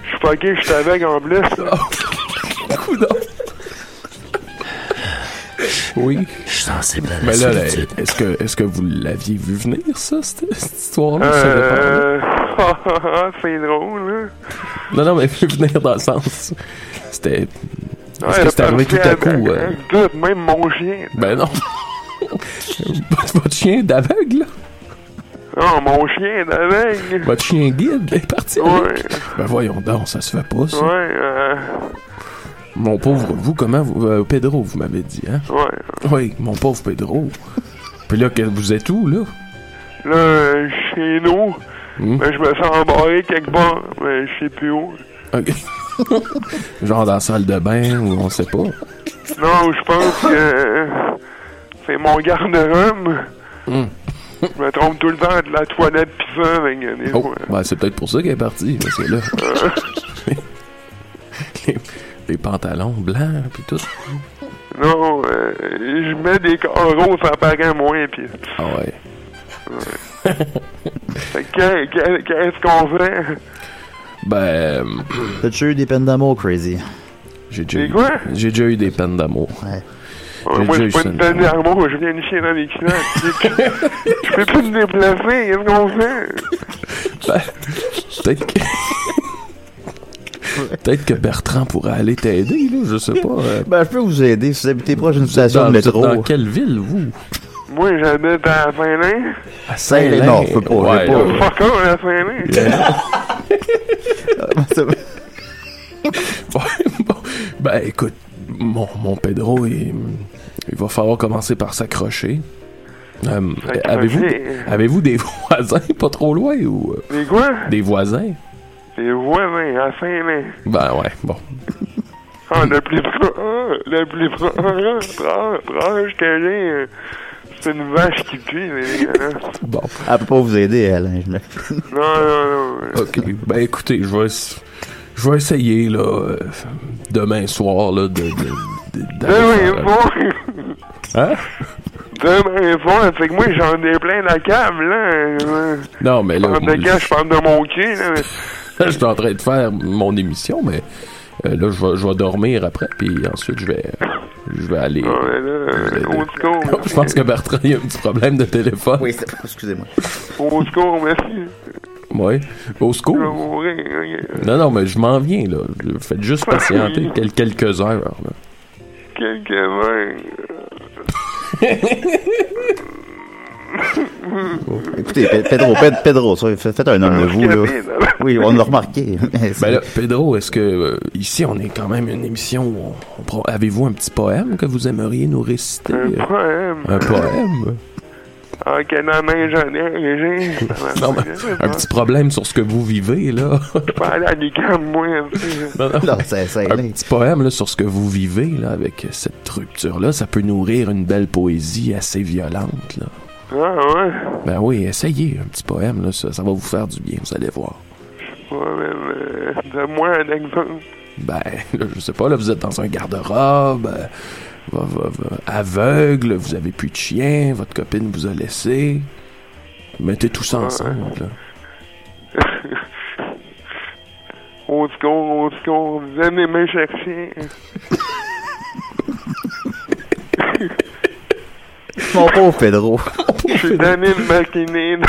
S6: Je suis fucké, je suis avec en plus.
S2: Oui.
S5: Je suis sensible à la
S2: Mais là, là,
S5: solitude.
S2: est-ce que, est-ce que vous l'aviez vu venir, ça, cette, cette histoire-là? Ah, ça hein? dépend.
S6: Euh, [LAUGHS] c'est drôle, hein?
S2: Non, non, mais vu venir dans le sens. C'était.
S6: hein.
S2: Est-ce que c'est arrivé tout à coup? euh,
S6: Tout, même mon chien.
S2: Ben non. [LAUGHS] C'est votre chien d'aveugle, là.
S6: Oh, mon chien
S2: [LAUGHS]
S6: d'aveugle.
S2: Votre chien guide est parti
S6: Ouais,
S2: avec. Ben voyons donc, ça se fait pas, ça.
S6: ouais, euh,
S2: Mon pauvre, vous, comment vous. euh, Pedro, vous m'avez dit, hein?
S6: ouais.
S2: Oui, mon pauvre Pedro. Puis là, que vous êtes où, là?
S6: Là, euh, chez nous,
S2: Hmm.
S6: ben, je me sens embarré quelque part, mais je sais plus où.
S2: Ok. [LAUGHS] Genre dans la salle de bain, ou on sait pas.
S6: Non, je pense que euh, c'est mon garde-robe.
S2: Hmm.
S6: Je me trompe tout le temps de la toilette pis ça, mais euh, des
S2: Oh,
S6: fois.
S2: ben c'est peut-être pour ça qu'elle est partie, parce que là. [LAUGHS] les, les pantalons blancs, puis tout.
S6: Non, euh, je mets des coraux, ça paraît moins, pis...
S2: Ah ouais.
S6: Fait que, que- Qu'est-ce qu'on fait?
S2: Ben,
S3: T'as toujours eu des peines d'amour, Crazy.
S2: j'ai déjà,
S6: C'est
S2: eu-
S6: quoi?
S2: j'ai déjà eu des peines d'amour.
S6: Euh,
S2: J'ai
S6: moi,
S2: déjà
S6: j'ai
S2: eu
S6: pas
S2: ça,
S6: une peine
S2: moi.
S6: d'amour, je viens de chier dans les
S2: [LAUGHS]
S6: culottes. Je peux plus me déplacer, qu'est-ce qu'on fait?
S2: Ben, Peut-être que. Peut-être que Bertrand pourrait aller t'aider, là, je sais pas. euh,
S3: Ben, je peux vous aider si vous habitez proche d'une station
S2: dans,
S3: de
S2: dans
S3: métro.
S2: quelle ville, vous? [LAUGHS]
S6: Moi, j'habite à Finlande.
S2: À
S3: Saint-Lin. Non, faut pas,
S2: Ouais,
S3: faut
S2: là,
S3: pas.
S6: Fuck off, à Finlande.
S3: [LAUGHS]
S2: Ouais, bon. ben écoute, mon, mon Pedro, il, il va falloir commencer par s'accrocher. Euh,
S6: S'accrocher.
S2: avez-vous avez-vous des [LAUGHS] voisins pas trop loin ou euh,
S6: Mais quoi?
S2: des voisins
S6: C'est voisins, à Finlande.
S2: Ben ouais, bon.
S6: Ah, le plus pro- ah, le plus pro- ah, pro- proche que j'ai, euh, c'est une vache qui pue, mais dégueulasse.
S2: Bon,
S3: Elle peut Ah, pas vous aider, Alain.
S2: [LAUGHS]
S3: je me-
S6: Non, non, non.
S2: OK. Ben écoutez, je vais ess- je vais essayer là euh, demain soir là de, de, de-
S6: Ben
S2: d'aller faire,
S6: Demain
S2: euh,
S6: soir,
S2: Hein
S6: [LAUGHS] demain soir, c'est que moi j'en ai plein la cave, là. euh,
S2: Non, mais
S6: Je
S2: là
S6: parle de
S2: moi,
S6: gars, je parle de mon cul, là. mais-
S2: [LAUGHS] je suis en train de faire mon émission mais euh, là je vais je vais dormir après puis ensuite je vais je vais aller
S6: Non, mais là, euh, au secours.
S2: Oh, [LAUGHS] je pense que Bertrand, il y a un petit problème de téléphone.
S3: Oui, c'est- excusez-moi.
S6: Au secours, merci.
S2: Ouais. Au
S6: Je vais
S2: secours.
S6: mourir. ok.
S2: Non, non, mais je m'en viens, là. Faites juste patienter quel- quelques heures, là.
S6: Quelques mains.
S3: Écoutez, Pe- Pedro, Pe- Pedro, ça, fa- faites un homme de vous, là.
S6: Capine, là.
S3: Oui, on l'a remarqué. [LAUGHS]
S2: Ben là, Pedro, est-ce que... euh, ici, on est quand même une émission où on, on prend- Avez-vous un petit poème que vous aimeriez nous réciter?
S6: Un
S2: euh,
S6: poème.
S2: Un poème?
S6: Ah, que hein. la main j'en ai léger.
S2: [LAUGHS] Non, mais un petit problème sur ce que vous vivez, là.
S6: Pas aller à l'UQAM, moi. tu sais.
S2: Non, non.
S3: Non, c'est
S2: [LAUGHS]
S3: c'est
S6: Ben
S2: Un petit poème là, sur ce que vous vivez là, avec cette rupture-là, ça peut nourrir une belle poésie assez violente. Là.
S6: Ah, ouais.
S2: Ben oui, essayez un petit poème, là, ça, ça va vous faire du bien, vous allez voir.
S6: Ouais, mais, mais, Donne-moi un exemple. [LAUGHS]
S2: Ben, là, je sais pas, là, vous êtes dans un garde-robe, euh, va- va- va- aveugle, vous avez plus de chien, votre copine vous a laissé. Mettez tout ça ensemble, là. [LAUGHS]
S6: Au secours, au secours, venez me chercher.
S3: Mon
S2: [LAUGHS]
S3: pauvre Pedro.
S6: Je suis donné de matinée dans,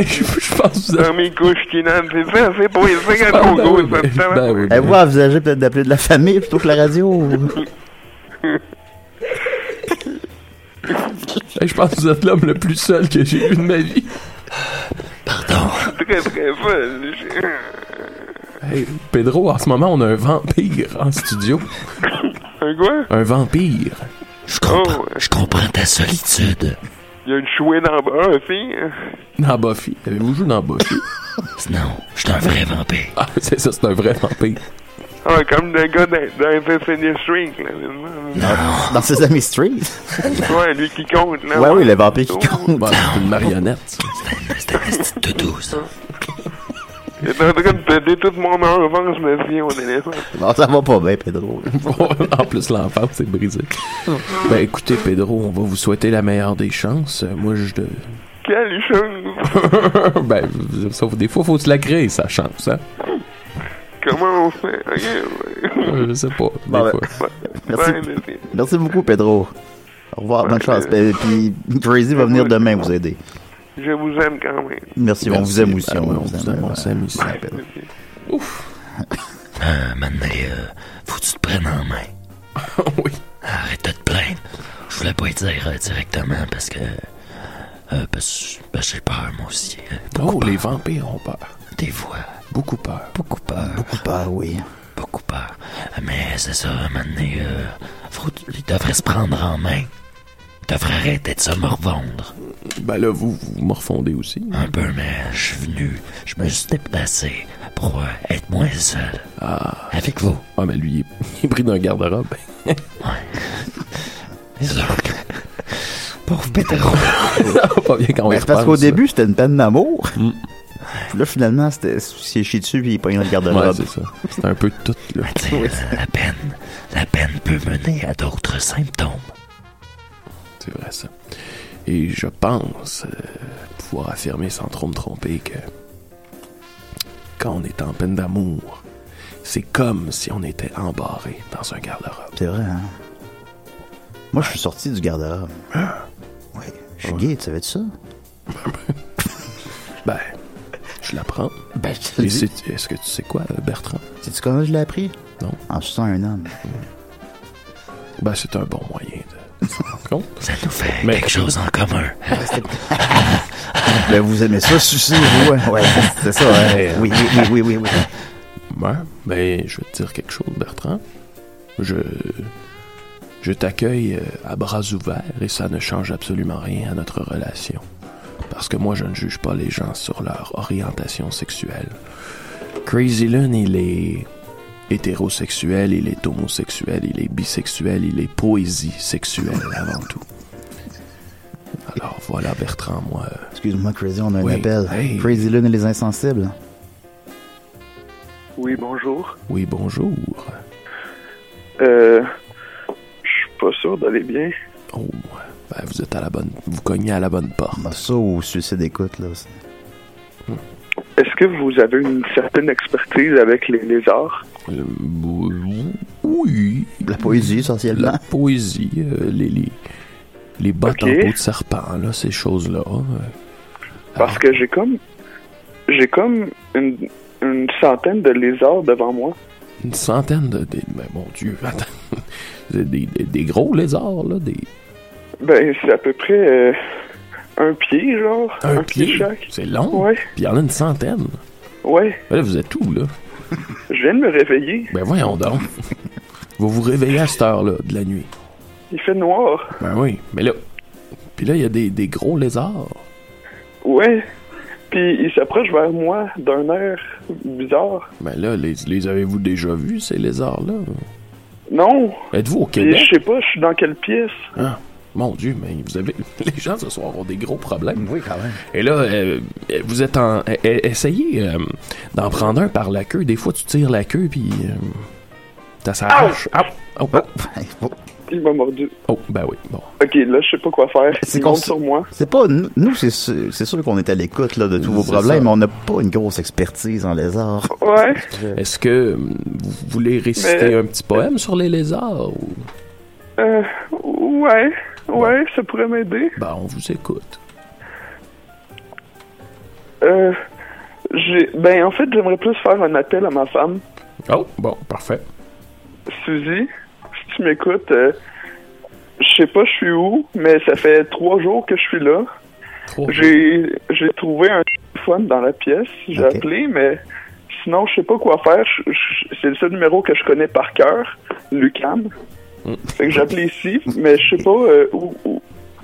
S2: je, je pense que vous avez...
S6: dans mes couches qui n'en C'est ça, c'est pour les cinq à
S2: Ah,
S6: ton
S2: ben
S6: goût,
S2: oui,
S6: ça
S2: ben-
S6: te fait
S2: ben
S6: mal.
S2: oui, ben
S3: Avez-vous envisagé peut-être d'appeler de la famille plutôt que la radio?
S2: oui. Je pense que vous êtes l'homme le plus seul que j'ai eu de ma vie.
S6: Très, très folle.
S2: Hey, Pedro, en ce moment, on a un vampire en studio.
S6: Un quoi?
S2: Un vampire.
S5: Je comprends,
S6: Oh, ouais.
S5: je comprends ta solitude.
S6: Il y a une chouette en bas aussi.
S2: Dans Buffy. Avez-vous joué dans Buffy?
S5: Non, je suis un vrai vampire.
S2: Ah, c'est ça, c'est un vrai vampire.
S6: Ah, comme le gars dans, dans Assassin's Creed, là. finalement.
S3: Dans Sesame Street?
S6: Ouais, lui qui compte, là.
S3: Ouais, oui, le vampire qui compte.
S5: [LAUGHS]
S2: Bon, c'est une marionnette, ça.
S5: C'est un petit doudou, ça.
S6: Il est en train de péter toute mon enfance, monsieur, au téléphone.
S3: Non, ça va pas bien, Pedro.
S2: [LAUGHS] en plus, l'enfance c'est brisé. ben écoutez, Pedro, on va vous souhaiter la meilleure des chances. Euh, Moi, je. de- [LAUGHS]
S6: Quelle chance!
S2: ben, sauf des fois, faut se la créer, sa chance, hein.
S6: Comment on fait? Ok, ouais.
S2: Euh, Je sais pas. Des
S3: Bon, ben,
S2: fois.
S3: Merci.
S6: Ouais, monsieur.
S3: Merci beaucoup, Pedro. Au revoir, bonne chance. Et Puis Crazy va venir demain vous aider.
S6: Je vous aime quand même.
S3: Merci, on
S2: Merci.
S3: vous aime aussi.
S2: Ah ouais, on vous aime, on
S3: ouais.
S2: s'aime ici.
S3: Ouais, Pedro.
S5: Euh, maintenant, euh, faut que tu te prennes en main.
S2: [LAUGHS] oui.
S5: Arrête de te plaindre. Je voulais pas y dire euh, directement parce que. euh, parce parce que j'ai peur, moi aussi. euh,
S2: Oh, les vampires ont peur.
S5: Des fois,
S2: Beaucoup peur.
S5: beaucoup peur.
S3: Bah oui.
S5: beaucoup peur. Mais c'est ça, maintenant, euh, faut, il devrait se prendre en main. Il devrait arrêter de se morvondre.
S2: Ben là, vous, vous me refondez aussi.
S5: Un peu, mais je suis venu, je me suis déplacé pour euh, être moins seul. Avec vous.
S2: Ah, mais lui, il est, [LAUGHS] il est pris dans un garde-robe. [LAUGHS]
S5: Pauvre Pétero.
S2: pas bien quand on y
S3: Ben, c'est parce
S2: repense,
S3: qu'au
S2: ça.
S3: début, c'était une peine d'amour. Puis là, finalement, c'était c'est chié dessus, puis il pogne dans le
S2: Ouais,
S3: garde-robe.
S2: c'est ça. C'est un peu tout, là.
S5: Mais tu sais, euh, la peine, la peine peut mener à d'autres symptômes.
S2: C'est vrai, ça. Et je pense euh, pouvoir affirmer sans trop me tromper que quand on est en peine d'amour, c'est comme si on était embarré dans un garde-robe.
S3: C'est vrai, hein? Moi, je suis sorti du garde-robe. Oui. Je suis gay, tu savais ça?
S2: Ben, je l'apprends.
S3: Ben, je te
S2: Et
S3: le dis.
S2: c'est- Est-ce que tu sais quoi, euh, Bertrand?
S3: Sais-tu comment je l'ai appris?
S2: Non.
S3: En suçant un homme.
S2: Ben, c'est un bon moyen de se rendre compte.
S5: Ça nous fait
S2: Mais-
S5: quelque chose en commun.
S3: Ben, vous aimez ça, sucer, vous, hein? Ouais, c'est ça, ouais. Oui, oui, oui, oui, oui. oui.
S2: Ouais, ben, je vais te dire quelque chose, Bertrand. Je. Je t'accueille euh, à bras ouverts et ça ne change absolument rien à notre relation. Parce que moi, je ne juge pas les gens sur leur orientation sexuelle. Crazy Lun, il est hétérosexuel, il est homosexuel, il est bisexuel, il est poésie sexuelle avant tout. Alors voilà, Bertrand, moi. euh,
S3: Excuse-moi, Crazy, on a un
S2: Oui.
S3: appel.
S2: Hey.
S3: Crazy Lune et les insensibles.
S6: Oui, bonjour.
S2: Oui, bonjour.
S6: Euh, je suis pas sûr d'aller bien.
S2: Oh, ben, vous êtes à la bonne. Vous cognez à la bonne porte.
S3: Ben, ça ou suicide écoute, là. c'est-
S6: Est-ce que vous avez une certaine expertise avec les lézards?
S2: Euh, oui,
S3: La poésie,
S2: la
S3: essentiellement.
S2: poésie, euh, les, les, les bottes
S6: Ok.
S2: en peau de serpent, là, ces choses-là. euh.
S6: Parce que j'ai comme. J'ai comme une, une centaine de lézards devant moi.
S2: Une centaine de... des- mais mon Dieu, [LAUGHS] attends. Des, des- des gros lézards, là, des...
S6: Ben, c'est à peu près euh, un pied, genre.
S2: Un, pied,
S6: Ah, chaque.
S2: c'est long.
S6: Ouais,
S2: Puis il y en a une centaine.
S6: ouais.
S2: Ben Là, vous êtes où, là?
S6: Je viens de me réveiller.
S2: Ben voyons donc. [LAUGHS] vous vous réveillez à cette heure-là de la nuit.
S6: Il fait noir.
S2: Ben oui, mais là... Puis là, il y a des, des gros lézards.
S6: Ouais. Puis il s'approche vers moi d'un air bizarre.
S2: Ben là, les, les avez-vous déjà vus, ces lézards-là?
S6: Non.
S2: Êtes-vous au
S6: Puis
S2: Québec?
S6: je sais pas, je suis dans quelle pièce.
S2: Ah, mon Dieu, mais vous avez... [LAUGHS] les gens ce soir ont des gros problèmes.
S3: Oui, quand même.
S2: Et là, euh, euh, vous êtes en. euh, euh, Essayez euh, d'en prendre un par la queue. Des fois, tu tires la queue, puis. euh, ça s'arrache. Au! Oh,
S3: Oh.
S6: Ah! Il m'a mordu.
S2: oh, ben oui, bon.
S6: Ok, là, je sais pas quoi faire.
S3: C'est
S6: Il monte
S3: qu'on-
S6: sur moi.
S3: C'est pas nous, nous, c'est sûr, c'est sûr qu'on est à l'écoute là de tous vos
S2: C'est
S3: problèmes,
S2: ça.
S3: mais on n'a pas une grosse expertise en lézard.
S6: Ouais.
S2: Est-ce que euh, vous voulez réciter
S6: Mais-
S2: un petit poème sur les lézards? Ou...
S6: Euh, ouais. Ouais, ça pourrait m'aider.
S2: Ben, on vous écoute.
S6: Euh, j'ai, ben, en fait, j'aimerais plus faire un appel à ma femme,
S2: Oh, bon, parfait.
S6: Suzy. Si tu m'écoutes, euh, je sais pas, je suis où, mais ça fait trois jours que je suis là.
S2: Trois.
S6: J'ai, j'ai trouvé un téléphone dans la pièce. J'ai
S3: Ok.
S6: appelé, mais sinon, je sais pas quoi faire. Je- je- c'est le seul numéro que je connais par cœur, Lucam.
S3: Mm.
S6: Fait que j'appelais ici, mais je sais pas euh, où, où-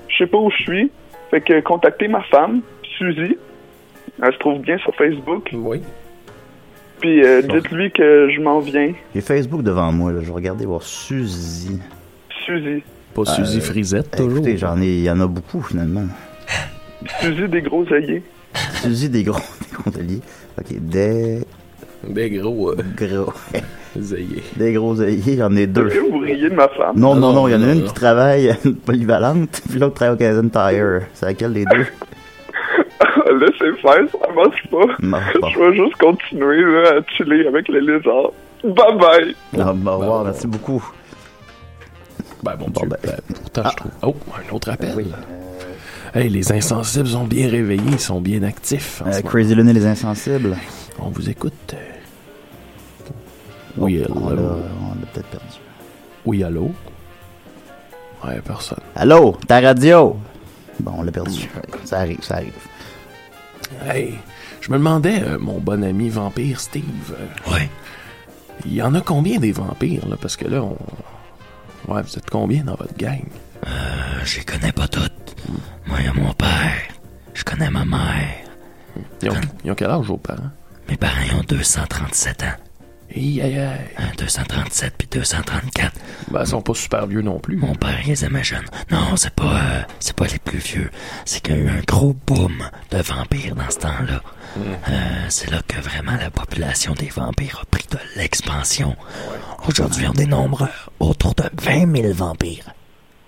S6: je sais pas où je suis. Fait que contacter ma femme, Suzy. Elle se trouve bien sur Facebook.
S2: Oui.
S6: Puis euh, dites-lui que je m'en viens,
S3: J'ai Facebook devant moi, là. je vais regarder voir Suzy.
S6: Suzy.
S2: Pas Suzy Frisette,
S3: Eh,
S2: toujours.
S3: Écoutez, j'en ai, il y en a beaucoup finalement.
S6: Suzy des gros œillets.
S3: Tu dis des gros, [LAUGHS] des gondoliers. Ok, des
S2: Des gros euh, [LAUGHS]
S3: gros,
S2: ailiers.
S3: des gros œillets, j'en ai deux.
S6: Est-ce que vous riez de ma femme?
S3: Non, non,
S2: Non,
S3: non, il y en a
S2: non,
S3: une
S2: non.
S3: qui travaille [LAUGHS] à une polyvalente, puis l'autre travaille au Canadian Tire. C'est laquelle des deux?
S6: [LAUGHS] Laissez faire, ça marche pas.
S3: Non, bon.
S6: [LAUGHS] Je vais juste continuer là, à chiller avec les lézards. Bye bye!
S3: Non, bon, au revoir,
S2: bon.
S3: Ah, bah, merci beaucoup.
S2: Ben bon,
S3: Bon,
S2: Dieu,
S3: ben.
S2: ben, pourtant je trouve. Oh, un autre appel.
S3: Oui.
S2: Hey, les insensibles sont bien réveillés, ils sont bien actifs. en
S3: Euh,
S2: ce moment.
S3: Crazy Lune et les Insensibles.
S2: On vous écoute. Oui,
S3: Oh, on l'a
S2: allô.
S3: on l'a peut-être perdu.
S2: Oui, allô? Ouais, personne.
S3: Allô, ta radio? Bon, on l'a perdu. Ça arrive, ça arrive.
S2: Hey, je me demandais, euh, mon bon ami vampire Steve, euh,
S5: Ouais.
S2: il y en a combien des vampires, là? Parce que là, on... Ouais, vous êtes combien dans votre gang?
S5: Euh, Je les connais pas toutes. Moi, il y a mon père. Je connais ma mère.
S2: Ils ont, ils ont quel âge vos parents?
S5: Mes parents ils ont 237 ans.
S2: Hi, hi, hi.
S5: Hein, 237 puis 234.
S2: Ben, ils sont pas super vieux non plus.
S5: Mon père, il les aimait jeunes. Non, c'est pas, euh, c'est pas les plus vieux. C'est qu'il y a eu un gros boom de vampires dans ce temps-là. Euh, c'est là que vraiment la population des vampires a pris de l'expansion. Aujourd'hui, on dénombre autour de 20 000 vampires.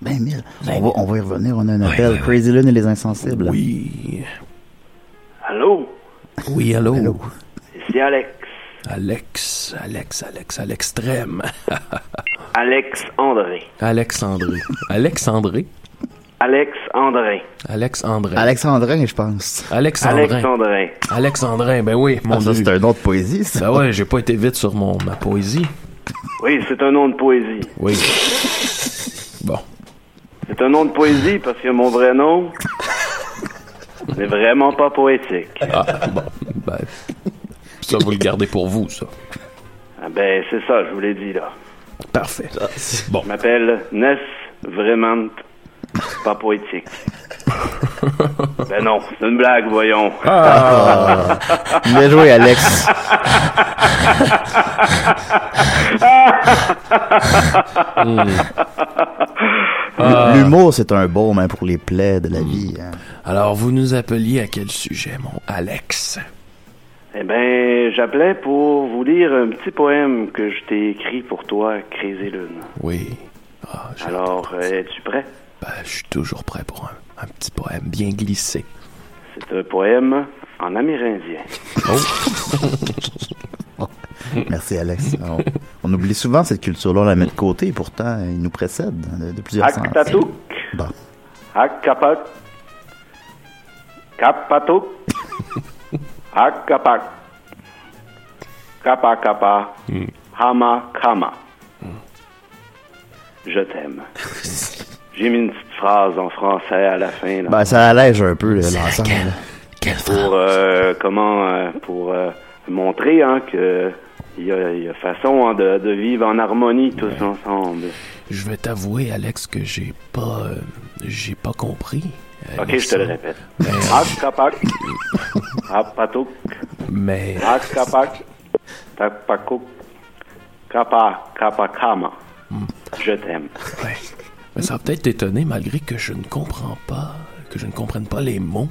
S3: 20 000.
S5: Vingt
S3: Ben,
S2: Ben
S3: On va, on va y revenir, on a un
S5: Ouais,
S3: appel.
S5: ouais, ouais.
S3: Crazy Lune et les Insensibles.
S2: Oui.
S7: Allô?
S2: Oui, allô?
S3: Allô.
S7: C'est Alex.
S2: Alex, Alex, Alex, à l'extrême.
S7: Alex André.
S2: Alexandré. Alexandré?
S7: Alex André.
S2: Alexandré.
S3: Alexandrin, je pense.
S7: Alex
S2: Alexandrin.
S7: André.
S2: Alexandrin, ben oui, mon
S3: Ah, ça,
S2: Dieu.
S3: c'est un autre poésie, ça.
S2: [LAUGHS] Ben ouais, j'ai pas été vite sur mon, ma poésie.
S7: Oui, c'est un nom de poésie.
S2: Oui. bon.
S7: C'est un nom de poésie parce que mon vrai nom n'est vraiment pas poétique.
S2: Ah, bon. Ben, ça, vous le gardez pour vous, ça.
S7: Ah ben, c'est ça, je vous l'ai dit, là.
S2: Parfait. Bon.
S7: Je m'appelle Ness Vraiment pas poétique. Ben non, c'est une blague, voyons.
S3: Bien joué, Alex.
S2: Hmm. Ah.
S3: L'humour, c'est un baume hein, pour les plaies de la
S2: Hmm.
S3: vie. hein.
S2: Alors, vous nous appeliez à quel sujet, mon Alex?
S7: Eh ben, j'appelais pour vous lire un petit poème que je t'ai écrit pour toi, Crazy Lune.
S2: Oui. Ah, je-
S7: Alors, euh, es-tu prêt?
S2: ben, je suis toujours prêt pour un, un petit poème bien glissé.
S7: C'est un poème en amérindien.
S3: Merci, Alex. On, on oublie souvent cette culture-là, on la met de côté, et pourtant, il nous précède hein, de, de plusieurs sens.
S7: Aktatuk.
S3: Bon.
S7: Akapat. Kapatuk. Akapak. Kapa kapa. Hama kama. Je t'aime. J'ai mis une petite phrase en français à la fin là,
S3: Ben, ça allège un peu là, l'ensemble.
S5: Laquelle?
S3: là.
S5: Quelle phrase?
S7: pour euh, comment euh, pour euh, montrer hein, que il y, a- il y a façon hein, de, de vivre en harmonie tous ensemble.
S2: Je vais t'avouer, Alex, que j'ai pas, euh, j'ai pas compris. euh,
S7: Ok, je te le
S2: ça.
S7: répète. Akapak. Apatuk.
S2: Mais
S7: Akapak, Takpakuk, Kapa, Kapakama.
S3: Hmm.
S7: Je t'aime.
S2: Ouais. Mais ça va peut-être t'étonner, malgré que je ne comprends pas, que je ne comprenne pas les mots.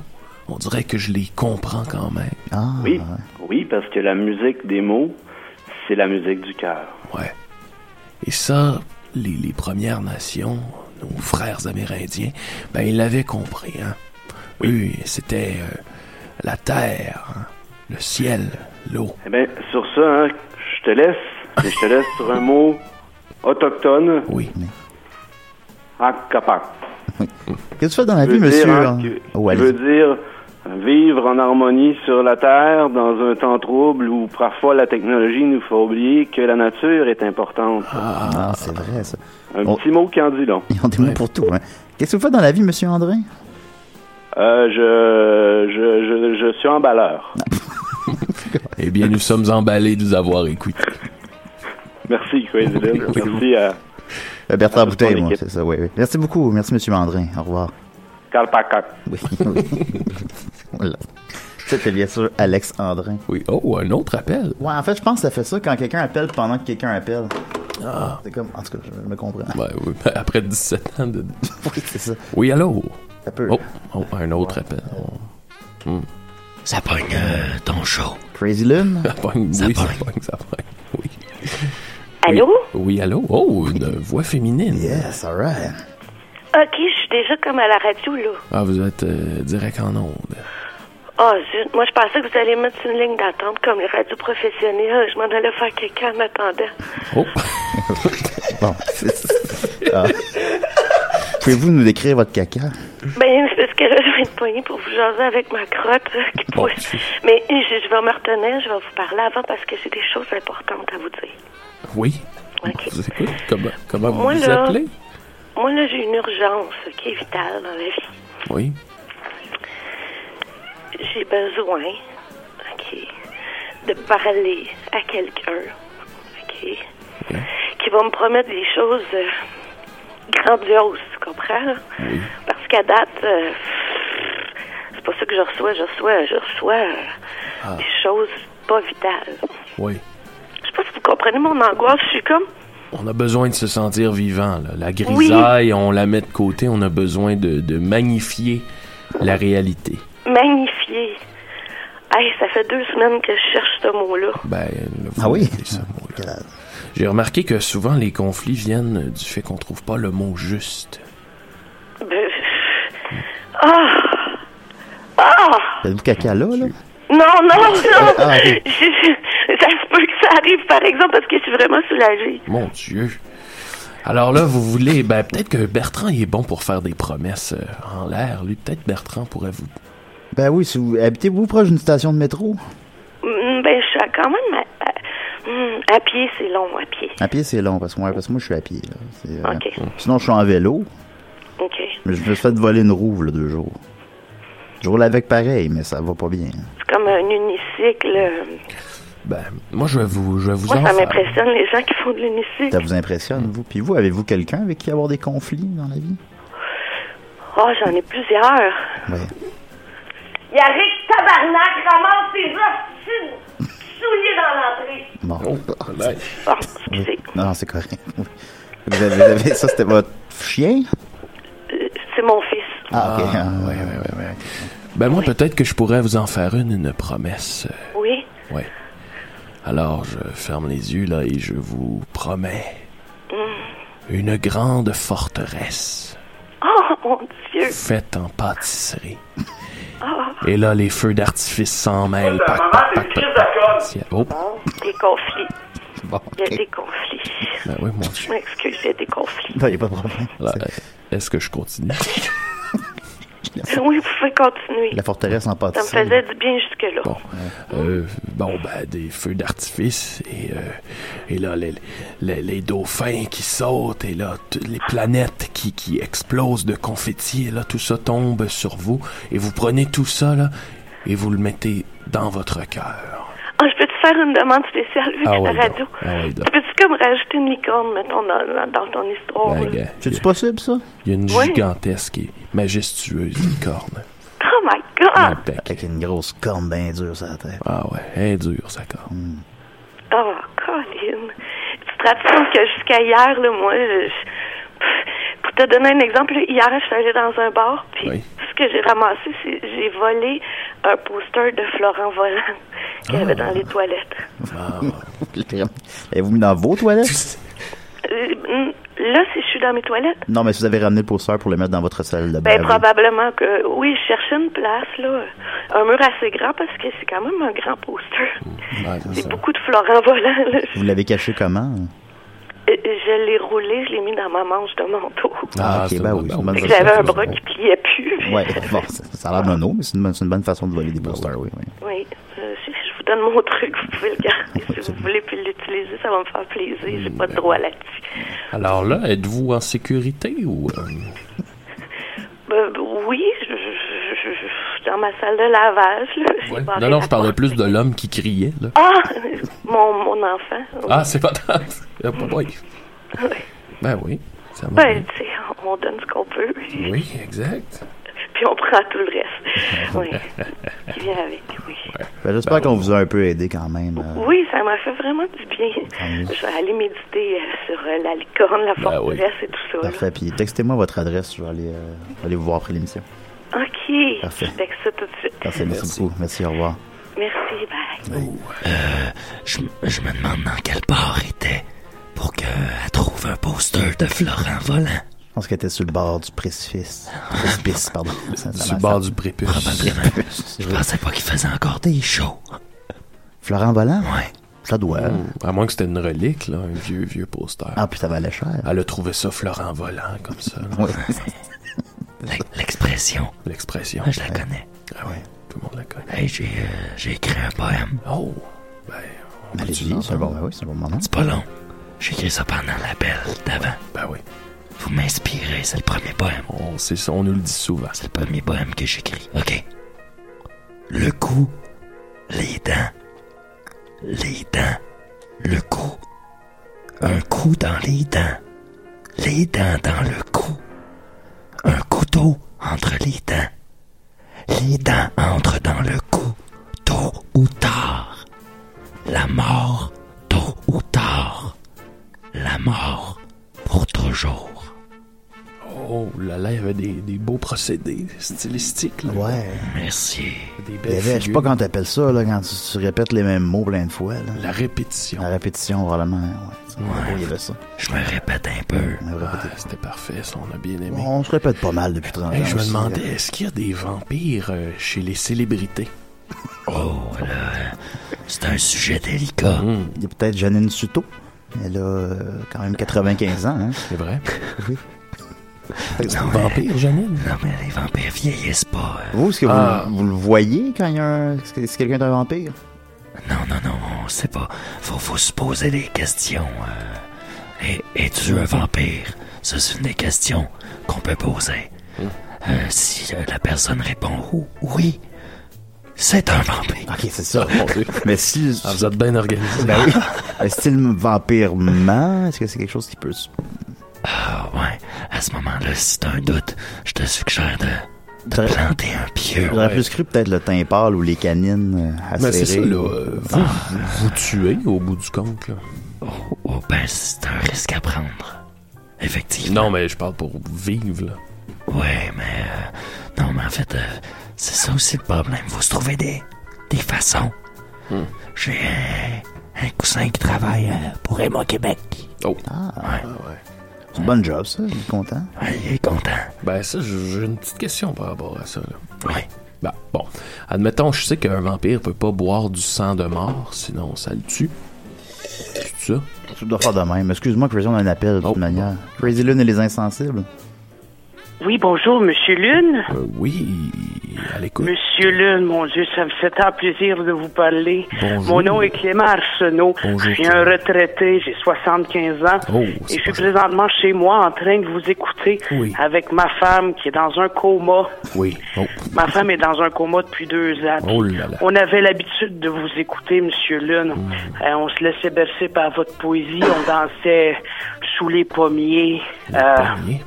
S2: On dirait que je les comprends quand même.
S3: Ah,
S7: Oui, oui, parce que la musique des mots, c'est la musique du cœur.
S2: Ouais. Et ça, les, les Premières Nations, nos frères amérindiens, ben ils l'avaient compris, hein. Oui, c'était euh, la terre, hein, le ciel, l'eau.
S7: Eh bien, sur ça, hein, je te laisse, et je te laisse sur un mot autochtone,
S2: Oui.
S7: Akapak.
S3: Qu'est-ce que tu fais dans la
S7: Qui veut
S3: vie, monsieur?
S7: dire, hein,
S3: hein?
S7: qui-
S3: Oh,
S7: qui
S3: allez.
S7: veut dire vivre en harmonie sur la terre dans un temps trouble où parfois la technologie nous fait oublier que la nature est importante.
S3: Ah, Oh. c'est vrai, ça.
S7: Un
S3: on-
S7: petit mot qui en dit long.
S3: Ils ont des mots pour tout. Hein. Qu'est-ce que vous faites dans la vie, monsieur André?
S7: Euh, je, je, je, je suis emballeur.
S2: Eh bien, nous sommes emballés de vous avoir écoutés.
S7: Merci, Crazy Lynn. Merci à
S3: Euh, Bertrand
S7: Ah, c'est
S3: Bouteille,
S7: ton
S3: moi,
S7: équipe.
S3: c'est ça, oui, oui. Merci beaucoup. Merci, monsieur André. Au revoir.
S7: Kalpakak.
S3: Oui. oui. Voilà. C'était bien sûr Alex Andrin.
S2: Oui. Oh, un autre appel.
S3: Ouais, en fait, je pense que ça fait ça quand quelqu'un appelle pendant que quelqu'un appelle. C'est comme, en tout cas, je me comprends.
S2: Ben, oui, [LAUGHS] après 17 ans de...
S3: oui, [LAUGHS] c'est ça.
S2: Oui, allô?
S3: Ça peut.
S2: Oh, oh, un autre appel. Oh.
S5: Ça pogne euh, ton show.
S3: Crazy [LAUGHS] Lune?
S2: Ça pogne,
S5: Ça
S2: oui, ça
S5: pogne.
S2: pogne, ça pogne. Oui.
S8: Allô?
S2: Oui, allô? Oh, une voix féminine.
S3: Yes, alright.
S8: Ok, je suis déjà comme à la radio, là.
S2: Ah, vous êtes euh, direct en onde.
S8: Oh, zut. Moi, je pensais que vous alliez mettre une ligne d'attente comme les radios professionnelles. Ah, Je m'en allais faire quelqu'un en
S2: [LAUGHS]
S8: attendant.
S2: Oh,
S3: Bon. [LAUGHS] Ah. Pouvez-vous nous décrire votre caca?
S8: Ben, c'est parce que là, je vais être poignée pour vous jaser avec ma crotte euh, qui
S2: Bon,
S8: pousse.
S2: tu-
S8: Mais je, je vais me retenir, je vais vous parler avant parce que j'ai des choses importantes à vous dire.
S2: oui.
S8: Ok.
S2: Vous écoutez? Comment, comment vous
S8: Moi,
S2: vous
S8: là.
S2: appelez?
S8: Moi, là, j'ai une urgence qui est vitale dans la vie.
S2: Oui.
S8: J'ai besoin, OK, de parler à quelqu'un, OK, qui va me promettre des choses euh, grandioses, tu comprends? là? Parce qu'à date, euh, c'est pas ça que je reçois, je reçois, je reçois euh, des choses pas vitales.
S2: Oui.
S8: Je sais pas si vous comprenez mon angoisse, je suis comme...
S2: On a besoin de se sentir vivant. Là. La grisaille, on la met de côté. On a besoin de, de magnifier la réalité.
S8: magnifié. Hey, ça fait deux semaines que je cherche ce mot-là.
S2: Ben, là, vous
S3: Ah oui?
S2: mettez ce mot-là. J'ai remarqué que souvent les conflits viennent du fait qu'on trouve pas le mot juste.
S8: Ben, Ah! Ah!
S3: Faites-vous caca là, là?
S8: Non, non, non!
S3: Ah, ok.
S8: [LAUGHS] Je- ça se peut que ça arrive, par exemple, parce que je suis vraiment soulagée.
S2: Mon Dieu. Alors là, vous voulez, ben peut-être que Bertrand il est bon pour faire des promesses euh, en l'air. Lui, peut-être Bertrand pourrait vous.
S3: Ben oui, si vous habitez-vous proche d'une station de métro?
S8: Mm, Ben, je suis à- quand même à, à- mm, à pied, c'est long, à pied.
S3: À pied, c'est long, parce que, ouais, parce que moi, je suis à pied. Là. C'est, euh,
S8: Ok.
S3: Sinon, je suis en vélo,
S8: OK.
S3: mais je me suis fait voler une roue, là, deux jours. Je roule avec pareil, mais ça va pas bien.
S8: C'est comme un unicycle.
S2: Ben, moi je vais vous, je vais vous
S8: Moi,
S2: en
S8: ça
S2: faire.
S8: m'impressionne, les gens qui font de
S3: Ça
S8: l'unicycle.
S3: vous impressionne, vous? Puis vous, avez-vous quelqu'un avec qui avoir des conflits dans la vie?
S8: Oh, j'en ai plusieurs.
S3: Oui.
S8: Yannick Tabarnak ramasse ses hosties de souliers dans l'entrée.
S3: Bon.
S2: Ben,
S8: Bon, Oh, excusez.
S3: Non, c'est correct. [LAUGHS] Oui. Vous avez, vous avez- ça, c'était votre chien?
S8: Euh, C'est mon fils.
S3: Ah, ok.
S2: Ah, ouais, ouais, ouais, ouais. Ben moi, peut-être que je pourrais vous en faire une, une promesse. euh,
S8: Oui.
S2: Ouais. Alors, je ferme les yeux là et je vous promets
S8: Mm.
S2: une grande forteresse.
S8: Oh mon Dieu.
S2: Faites en pâtisserie.
S8: Ah.
S2: Et là, les feux d'artifice s'en mêlent. Pac, pac, pac, pac, pac. Si- Oh,
S8: Des conflits.
S3: Bon,
S8: Il y a
S3: ok.
S8: des conflits.
S2: ben oui, mon Dieu.
S8: Je m'excuse, il y a des conflits.
S3: Non, il n'y a pas de problème.
S2: Là,
S3: C'est-
S2: euh, Est-ce que je continue?
S8: Oui, vous pouvez continuer.
S3: La forteresse en
S8: Ça me
S3: pâtisserie.
S8: faisait du bien jusque-là.
S2: Bon, Euh, bon ben, des feux d'artifice. Et, euh, et là, les, les, les dauphins qui sautent. Et là, toutes les planètes qui, qui explosent de confettis. Et là, tout ça tombe sur vous. Et vous prenez tout ça, là, et vous le mettez dans votre cœur.
S8: Ah, je peux te faire une demande spéciale vu que
S2: Ah
S8: je suis à
S2: ouais,
S8: la radio?
S2: donc. Ah ouais, donc.
S8: tu peux-tu comme rajouter une licorne, mettons, dans, dans- dans ton
S3: Oh,
S8: histoire?
S2: Ben,
S8: là?
S2: gars,
S3: C'est-tu possible, ça?
S2: Il y a une
S8: Ouais.
S2: gigantesque et majestueuse licorne.
S8: Oh
S3: Ah.
S8: my God!
S2: Malbec.
S3: Avec une grosse corne bien dure sur la tête.
S2: Ah ouais, elle est dure, sa corne.
S8: Oh, Colin! Tu te rappelles que jusqu'à hier, là, moi, je- je- pff, pour te donner un exemple, là, hier, je suis allée dans un bar, puis
S2: Oui.
S8: ce que j'ai ramassé, c'est j'ai volé un poster de Florent Volant qu'il
S2: Ah.
S8: y avait dans les toilettes.
S3: [LAUGHS] Avez-vous mis dans vos toilettes?
S8: Euh, mm, Là, si je suis dans mes toilettes,
S3: Non, mais si vous avez ramené le poster pour le mettre dans votre salle de bain.
S8: ben, probablement que oui, je cherchais une place, là, un mur assez grand, parce que c'est quand même un grand poster.
S3: Mm.
S2: Ouais, c'est
S8: C'est
S2: ça.
S8: beaucoup de Florent Volant, là.
S3: Vous l'avez caché
S8: [LAUGHS]
S3: comment?
S8: Je, je l'ai roulé, je l'ai mis dans ma manche de manteau.
S2: Ah,
S3: ok,
S2: c'est
S3: ben
S2: une bonne
S3: oui. c'est une bonne
S8: Fait que
S3: façon.
S8: J'avais un bras qui pliait plus.
S3: Ouais, bon, ça, ça a l'air nono, mais c'est une, bonne- c'est une bonne façon de voler des posters, Ben oui. oui.
S8: [LAUGHS] Oui, euh, je, je vous donne mon truc, vous pouvez le garder si vous voulez, puis l'utiliser, ça va me faire plaisir, j'ai pas de droit là-dessus.
S2: Alors là, êtes-vous en sécurité ou... euh,
S8: Ben, oui, je, je- je- je- je suis dans ma salle de lavage, là. j'ai
S2: ouais?
S8: barré
S2: Non, non,
S8: la
S2: je parlais
S8: porte.
S2: plus de l'homme qui criait, là.
S8: Ah, mon, mon enfant.
S2: Ah, c'est pas grave. Ah, bah oui. Ben oui, ça m'a...
S8: Ben, tu sais, on donne ce qu'on peut, puis
S2: Oui, exact.
S8: on prend tout le
S2: [LAUGHS]
S8: reste. Oui, qui vient avec, oui.
S3: Ben, J'espère qu'on vous a un peu aidé quand même. euh,
S8: Oui, ça m'a fait vraiment du bien.
S3: mieux.
S8: Je vais aller méditer euh, sur euh, la licorne, la
S2: Ah, Ben oui.
S8: forteresse et tout ça. là.
S3: Parfait, puis textez-moi votre adresse, je vais aller, euh, aller vous voir après l'émission.
S8: OK.
S3: Parfait.
S8: Je fais ça tout de suite.
S3: Parfait, merci,
S2: Merci.
S3: beaucoup. Merci, au revoir.
S8: Merci, bye.
S5: Je, je me demande dans quel port était pour qu'elle trouve un poster de Florent Volant.
S3: Je pense qu'elle était sur le bord du [LAUGHS] précipice. Précipice, [LAUGHS] pardon. Ça- ça- Ah,
S2: Sur
S3: ça-
S2: le bord du
S3: ben,
S2: prépuce.
S5: Probablement. Je pensais pas qu'il faisait encore des shows.
S3: Florent Volant?
S5: Ouais.
S3: Ça doit. hein.
S2: À moins que c'était une relique, là, un vieux, vieux poster.
S3: Ah, puis ça valait cher.
S2: Elle a trouvé ça Florent Volant, comme ça, là,
S3: Ouais.
S5: L'ex- L'expression,
S2: l'expression.
S5: Ah, je la connais.
S2: Ah ouais, tout le monde la connaît.
S5: Hey, j'ai euh, j'ai écrit un poème.
S2: Oh! Ben, on peut-tu
S3: [LAUGHS] Allez-y, c'est un, bon,
S2: l'entendre?
S3: ben oui, c'est un bon moment.
S5: C'est pas long. J'ai écrit ça pendant l'appel d'avant.
S2: Ben oui,
S5: Vous m'inspirez, c'est le premier poème.
S2: on, sait ça, on nous le dit souvent.
S5: C'est le premier poème que j'écris. OK. Le cou, les dents, les dents, le cou. Un coup dans les dents, les dents dans le cou. Un couteau entre les dents, les dents entrent dans le cou, tôt ou tard. La mort, tôt ou tard. La mort pour toujours.
S2: Oh là là, il y avait des, des beaux procédés stylistiques, là.
S3: Ouais.
S5: Merci.
S2: Des
S3: Il y
S2: belles
S3: avait- je sais pas
S2: figures.
S3: comment t'appelles ça, là, quand tu, tu répètes les mêmes mots plein de fois. Là.
S2: La répétition.
S3: La répétition, probablement. hein, Ouais.
S5: Ouais.
S3: Il y avait ça.
S5: Je me répète un peu.
S3: On, avait
S2: Ah,
S3: répété.
S2: c'était parfait, ça, on a bien aimé.
S3: On se répète pas mal depuis 30 ans.
S2: Hey, je me
S3: aussi, là.
S2: demandais, est-ce qu'il y a des vampires euh, chez les célébrités?
S5: Oh là, c'est un sujet délicat.
S2: Hum,
S3: Il y a peut-être Janine Suto. Elle a euh, quand même 95 ans. Hein.
S2: c'est [LAUGHS] vrai.
S5: Non, mais,
S2: Vampire, Janine?
S5: non, mais les vampires vieillissent pas. euh.
S3: Vous, est-ce que vous,
S2: Ah.
S3: vous le voyez quand il y a un... est-ce que- est-ce que quelqu'un est un vampire?
S5: Non, non, non, on sait pas. Faut, faut se poser des questions. euh. Et- Es-tu un vampire? Ça, c'est une des questions qu'on peut poser. Euh, si euh, la personne répond ou- oui, c'est un vampire.
S3: Ok, c'est ça.
S2: Mon Dieu.
S3: Mais si,
S2: [LAUGHS] Ah, vous êtes bien organisé.
S3: Ben oui. Un style vampirement, est-ce que c'est quelque chose qui peut se...
S5: Ah ouais, à ce moment-là, si t'as un doute, je te suggère de,
S3: Très-
S5: de planter un pieu.
S3: J'aurais plus cru peut-être le teint pâle ou les canines euh,
S2: Mais Ah, c'est
S3: acérées.
S2: ça, là. euh, vous, vous tuez au bout du compte, là.
S5: Oh, oh, ben, c'est un risque à prendre. Effectivement.
S2: Non, mais je parle pour vivre, là.
S5: Ouais, mais. euh, non, mais en fait, euh, c'est ça aussi le problème. Vous se trouvez des, des façons. J'ai un, un cousin qui travaille euh, pour Emma Québec.
S2: Oh.
S5: Ouais,
S3: C'est un bon job, ça. Je suis content.
S5: ouais, il est content.
S2: Ben ça, j'ai j'ai une petite question par rapport à ça, là.
S5: Ouais.
S2: Ben, bon. Admettons, je sais qu'un vampire peut pas boire du sang de mort, sinon ça le tue. C'est ça?
S3: Tu dois faire de même. Excuse-moi, Crazy, on a un appel de toute
S2: Oh.
S3: manière. Crazy Lune et les insensibles.
S7: Oui, bonjour, Monsieur Lune.
S2: Euh, oui, à l'écoute.
S7: Monsieur Lune, mon Dieu, ça me fait tant plaisir de vous parler.
S2: Bonjour.
S7: Mon nom est Clément Arsenault.
S2: Bonjour,
S7: je suis un
S2: Clément.
S7: retraité, j'ai 75 ans.
S2: Oh, c'est
S7: et je suis
S2: pas-
S7: présentement chez moi en train de vous écouter
S2: Oui.
S7: avec ma femme qui est dans un coma.
S2: Oui. Oh,
S7: Ma femme est dans un coma depuis deux ans.
S2: oh là Mm. là.
S7: On avait l'habitude de vous écouter, Monsieur Lune. Euh, on se laissait bercer par votre poésie. On dansait sous les pommiers. Euh,
S2: Premier.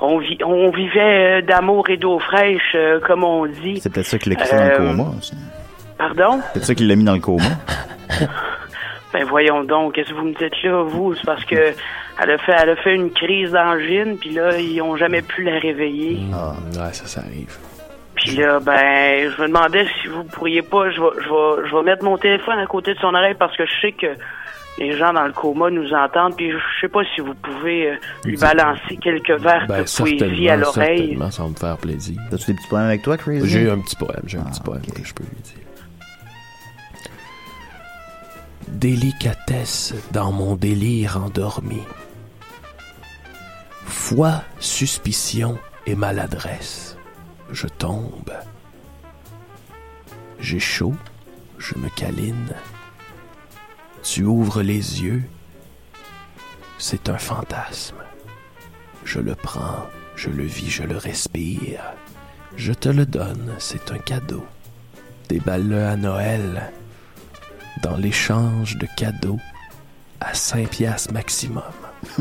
S7: on, vi- on vivait euh, d'amour et d'eau fraîche, euh, comme on dit.
S3: C'est peut-être ça qui l'a crissé dans
S7: Euh,
S3: le coma. aussi.
S7: Pardon?
S3: C'est peut-être ça qui l'a mis dans le coma.
S7: Ben voyons donc, qu'est-ce que vous me dites là, vous? C'est parce que elle a fait, elle a fait une crise d'angine, puis là, ils ont jamais pu la réveiller.
S2: Ouais, ça, ça arrive.
S7: Puis là, ben, je me demandais si vous pourriez pas, je vais, je vais, je vais mettre mon téléphone à côté de son oreille parce que je sais que les gens dans le coma nous entendent, puis je sais pas si vous pouvez euh, lui balancer quelques vers
S2: Ben,
S7: de poésie à
S2: certainement,
S7: l'oreille.
S2: certainement, ça va me faire plaisir.
S3: T'as-tu des petits problèmes avec toi, Crazy?
S2: J'ai euh, un petit poème, j'ai un petit
S3: Ah,
S2: poème
S3: ok.
S2: que je peux lui dire. Délicatesse dans mon délire endormi. Foi, suspicion et maladresse. Je tombe. J'ai chaud, je me câline. Tu ouvres les yeux. C'est un fantasme. Je le prends, je le vis, je le respire. Je te le donne, c'est un cadeau. Déballe-le à Noël. Dans l'échange de cadeaux, à 5 piastres maximum. [LAUGHS]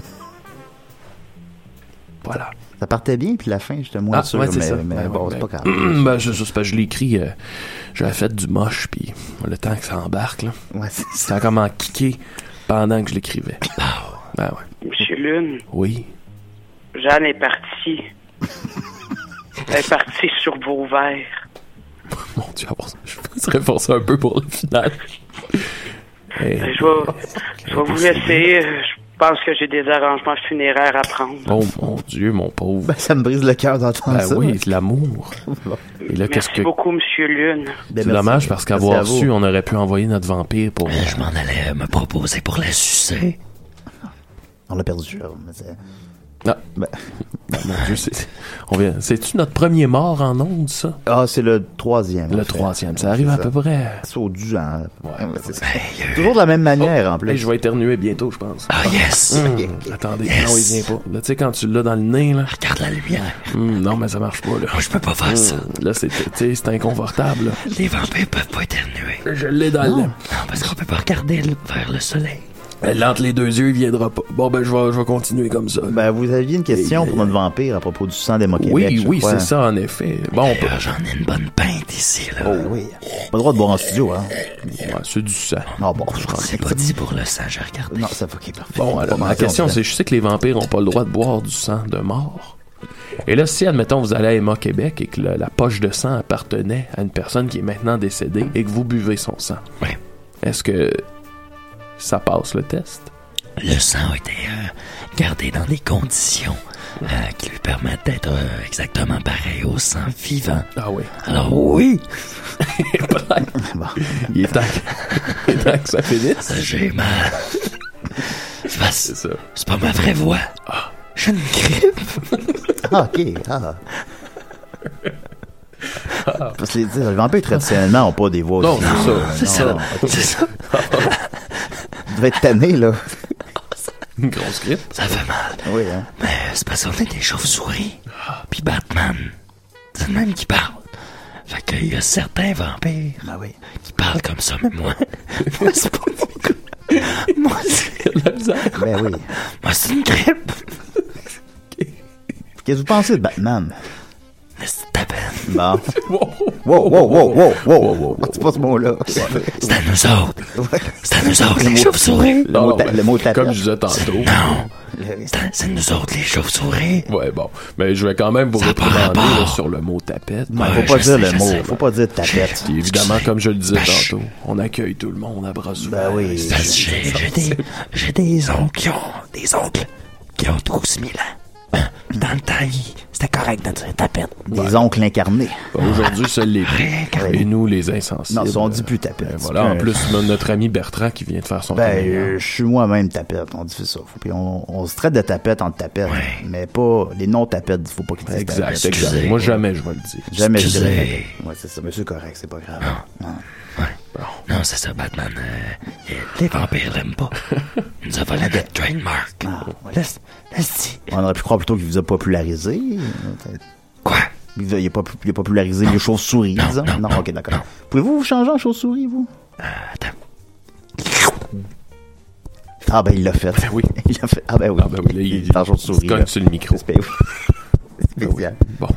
S2: voilà.
S3: Ça partait bien, puis la fin, j'étais moins sûr.
S2: Ah, ouais,
S3: mais, mais
S2: Ouais,
S3: bon,
S2: ouais,
S3: c'est
S2: ben-
S3: pas
S2: [CLEARS THROAT]
S3: grave.
S2: ben, c'est ça, c'est parce que je l'ai écrit, euh, j'avais fait du moche, puis le temps que ça embarque, là,
S3: Ouais, c'est ça.
S2: ça a comme en kické pendant que je
S3: [COUGHS]
S2: l'écrivais.
S3: Ah
S2: Ben ouais.
S7: Monsieur Lune,
S2: Oui.
S7: Jeanne est partie. Elle est partie sur vos verres.
S2: [LAUGHS] Mon Dieu, avoir- je serais forcé un peu pour le
S3: [LAUGHS]
S2: final. Eh, Hey.
S7: Ben, Je vais, je vais vous laisser. Euh, Je pense que j'ai des arrangements funéraires à prendre.
S2: Oh mon Dieu, mon pauvre.
S3: Ben, ça me brise le cœur d'entendre
S2: Ben
S3: ça.
S2: oui, de [LAUGHS] l'amour.
S3: Bon.
S2: Et là, qu'est-ce
S7: Merci
S2: que.
S7: beaucoup, Monsieur Lune.
S3: Ben,
S2: C'est
S3: merci.
S2: dommage parce
S3: Merci à
S2: qu'avoir
S3: vous.
S2: su, on aurait pu envoyer notre vampire pour.
S5: Je m'en allais me proposer pour la sucer.
S3: On l'a perdu. euh, mais c'est-
S2: Ah. [LAUGHS] Ben, Mon Dieu, c'est. On vient. C'est-tu notre premier mort en ondes, ça?
S3: Ah, c'est le troisième. en
S2: Le
S3: fait.
S2: troisième. Ça arrive à peu près.
S3: C'est au dû, hein.
S2: Ouais.
S3: c'est ça. Toujours de la même manière, en plus.
S2: Oh, Hey, je vais éternuer bientôt, je pense.
S5: Ah yes!
S2: Hum, attendez, non, il vient pas. Là, tu sais, quand tu l'as dans le nez, là.
S5: Regarde la lumière.
S2: hum, non, mais ça marche pas, là.
S5: Moi, je peux pas faire ça.
S2: Hum, Là, c'est, tu sais, c'est inconfortable. là.
S5: Les vampires peuvent pas éternuer.
S2: Je l'ai dans le nez.
S5: Non, parce qu'on peut pas regarder le- vers le soleil.
S2: Elle entre les deux yeux, il viendra pas. Bon, ben, je vais, je vais continuer comme ça.
S3: Ben, vous aviez une question pour notre vampire à propos du sang des Moquebec,
S2: oui,
S3: je
S2: oui,
S3: crois.
S2: c'est ça, en effet. Bon, on peut-
S5: Là, j'en ai une bonne pinte ici, là.
S3: Oh, oui. Pas le droit de boire en studio, hein.
S2: ouais, c'est du sang.
S3: Ah bon, je crois
S5: C'est pas dit pour le sang, j'ai regardé.
S3: Non, ça va, ok, parfait.
S2: Bon, alors, ma question, c'est je sais que les vampires ont pas le droit de boire du sang de mort. Et là, si, admettons, vous allez à Emma Québec et que le- la poche de sang appartenait à une personne qui est maintenant décédée et que vous buvez son sang,
S5: Ouais.
S2: est-ce que ça passe le test?
S5: Le sang a été euh, gardé dans des conditions euh, qui lui permettent d'être euh, exactement pareil au sang vivant.
S2: Ah [LAUGHS] oui.
S5: Alors oui,
S2: Il est temps, [LAUGHS] il est temps que ça finisse.
S5: ça, j'ai mal. C'est pas,
S2: C'est ça.
S5: c'est pas ma vraie voix. J'ai une grippe.
S3: Ah, ok, ah. [LAUGHS] Parce que les, tu sais, les vampires traditionnellement n'ont pas des voix
S2: Non,
S3: aussi- euh,
S2: c'est ça.
S3: non,
S5: C'est ça.
S3: non.
S5: C'est ça.
S3: Tu devais être tanné, là.
S2: Une grosse grippe.
S5: Ça fait mal.
S3: Oui, hein.
S5: Mais c'est parce qu'on est des chauves-souris. Puis Batman, c'est le même qui parle. Fait qu'il y a certains vampires
S3: Ben oui.
S5: qui parlent comme ça, mais moi, moi c'est pas mon cas. Moi, c'est-
S3: Ben oui.
S5: moi, c'est une grippe.
S3: Qu'est-ce que vous pensez de Batman?
S5: Mais c'est ta peine.
S3: Bon. Wow, wow, wow, wow, wow, wow. C'est pas ce [LAUGHS] mot-là.
S5: C'est à nous autres. C'est à nous autres, les chauves-souris.
S3: Le mot, ta- le mot tape.
S2: Comme je disais tantôt.
S5: Non, c'est à- c'est à nous autres, les chauves-souris.
S2: Ouais, bon. Mais je vais quand même vous
S5: Ça a pas
S2: reprendre
S5: rapport.
S2: sur le mot tapette.
S3: Ouais,
S5: Ouais,
S3: faut pas dire
S5: je sais,
S3: le
S5: je sais.
S3: mot. Faut pas dire tapette.
S2: Puis évidemment,
S5: Excusez.
S2: comme je le disais
S5: Vache.
S2: tantôt, on accueille tout le monde à bras
S3: Ben
S2: ouverts.
S3: oui.
S5: Parce que J'ai j'ai des, j'ai des oncles qui ont, des oncles qui ont 12 000 ans. Hein? Dans le temps, ils- c'était correct de dire tapette.
S3: Des oncles incarnés.
S2: Bon, Aujourd'hui, seuls les Et nous, les insensibles.
S3: Non, ça, on dit plus tapette.
S2: Ben voilà, en plus, no- notre ami Bertrand qui vient de faire son
S3: Ben,
S2: coming out.
S3: euh, je suis moi-même tapette, on dit ça. Faut- Puis on, on se traite de tapette en tapette,
S5: Ouais.
S3: mais pas les non-tapettes, il faut pas qu'ils disent
S2: Exact,
S3: tapette.
S2: exact.
S5: excusez.
S2: Moi, jamais je vais le dire.
S3: ben, Jamais je
S5: Excusez.
S3: dirais tapette. Ouais, c'est ça, monsieur correct, c'est pas grave.
S5: Non, c'est ça, Batman. euh, les vampires Ah. l'aiment pas. Ils nous a volé notre trademark. Laisse, laisse
S3: On aurait pu croire plutôt qu'il vous a popularisé.
S5: Quoi?
S3: Il a, il a pas, il a popularisé les chauves-souris,
S5: Non,
S3: disons.
S5: non, non,
S3: ok,
S5: non.
S3: d'accord. Pouvez-vous vous changer en chauves-souris, vous?
S5: Attends.
S3: Ah, ben, il l'a fait.
S2: oui.
S3: [LAUGHS] il l'a fait. Ah, ben oui.
S2: Ah ben oui, là, il,
S3: est en
S2: il
S3: chauve-souris.
S2: se cogne
S3: là.
S2: sur le micro.
S3: C'est- ben oui. C'est spécial.
S2: Bon,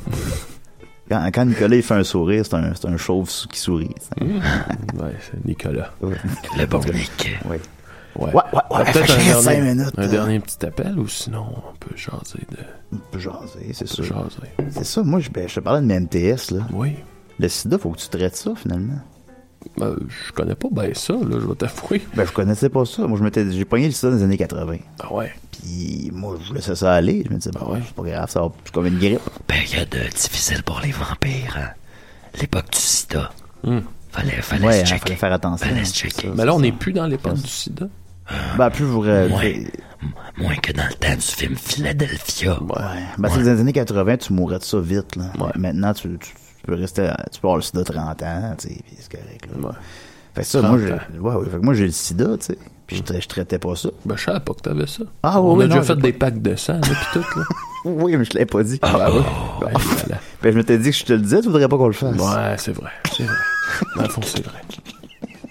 S3: Quand, quand Nicolas il fait un sourire, c'est un, c'est un chauve sou- qui sourit. ça.
S2: ouais, c'est Nicolas.
S3: Ouais.
S5: Le bon Nick.
S3: Oui.
S2: Ouais.
S3: Ouais, ouais, ouais.
S2: Ah, Peut-être
S3: Fait que
S2: un,
S3: cinq
S2: dernier,
S3: minutes,
S2: un
S3: euh.
S2: dernier petit appel ou sinon on peut jaser de.
S3: On peut jaser, c'est
S2: on peut
S3: sûr.
S2: jaser.
S3: C'est ça, moi, je, ben, je te parlais de mes MTS, là.
S2: Oui.
S3: Le sida, faut que tu traites ça, finalement.
S2: Ben, je connais pas bien ça, là, je vais t'avouer.
S3: Ben, je connaissais pas ça. Moi, je m'étais, j'ai pogné le sida dans les années 80.
S2: Ah ouais.
S3: Puis, moi, je laissais ça aller. Je me disais, ben,
S2: Ah
S3: ouais, c'est pas grave, ça va, c'est comme une grippe.
S5: Période euh, difficile pour les vampires. hein. L'époque du sida.
S2: Hmm.
S5: Fallait, fallait
S3: Ouais,
S5: se
S3: hein,
S5: checker.
S3: fallait faire attention.
S5: Fallait se checker.
S2: Mais là, on n'est plus dans l'époque du sida.
S3: Ben, plus vous. euh,
S5: Ouais.
S3: ben,
S5: M- Moins que dans le temps du film Philadelphia.
S3: ouais. Ben, c'est dans les années 80, tu mourrais de ça vite, là.
S2: Ouais.
S3: Maintenant, tu, tu, tu peux rester. à- Tu peux avoir le sida 30 ans, tu sais, puis c'est correct, là.
S2: Ouais.
S3: Fait que ça, moi,
S2: 30
S3: j'ai, ouais, ouais, fait que moi, j'ai le sida, tu sais. Puis, je, tra- je traitais pas ça.
S2: Ben, je savais pas que t'avais ça.
S3: Ah, ouais,
S2: on
S3: ouais,
S2: a
S3: non,
S2: déjà
S3: j'ai
S2: fait
S3: pas-
S2: des packs de sang, là, pis tout, là.
S3: Oui, mais je l'avais pas dit.
S2: Ah, ouais. Ben, voilà.
S3: Ben, je m'étais dit que je te le disais, tu voudrais pas qu'on le fasse.
S2: Ouais, c'est vrai. C'est vrai. Dans le fond, c'est vrai.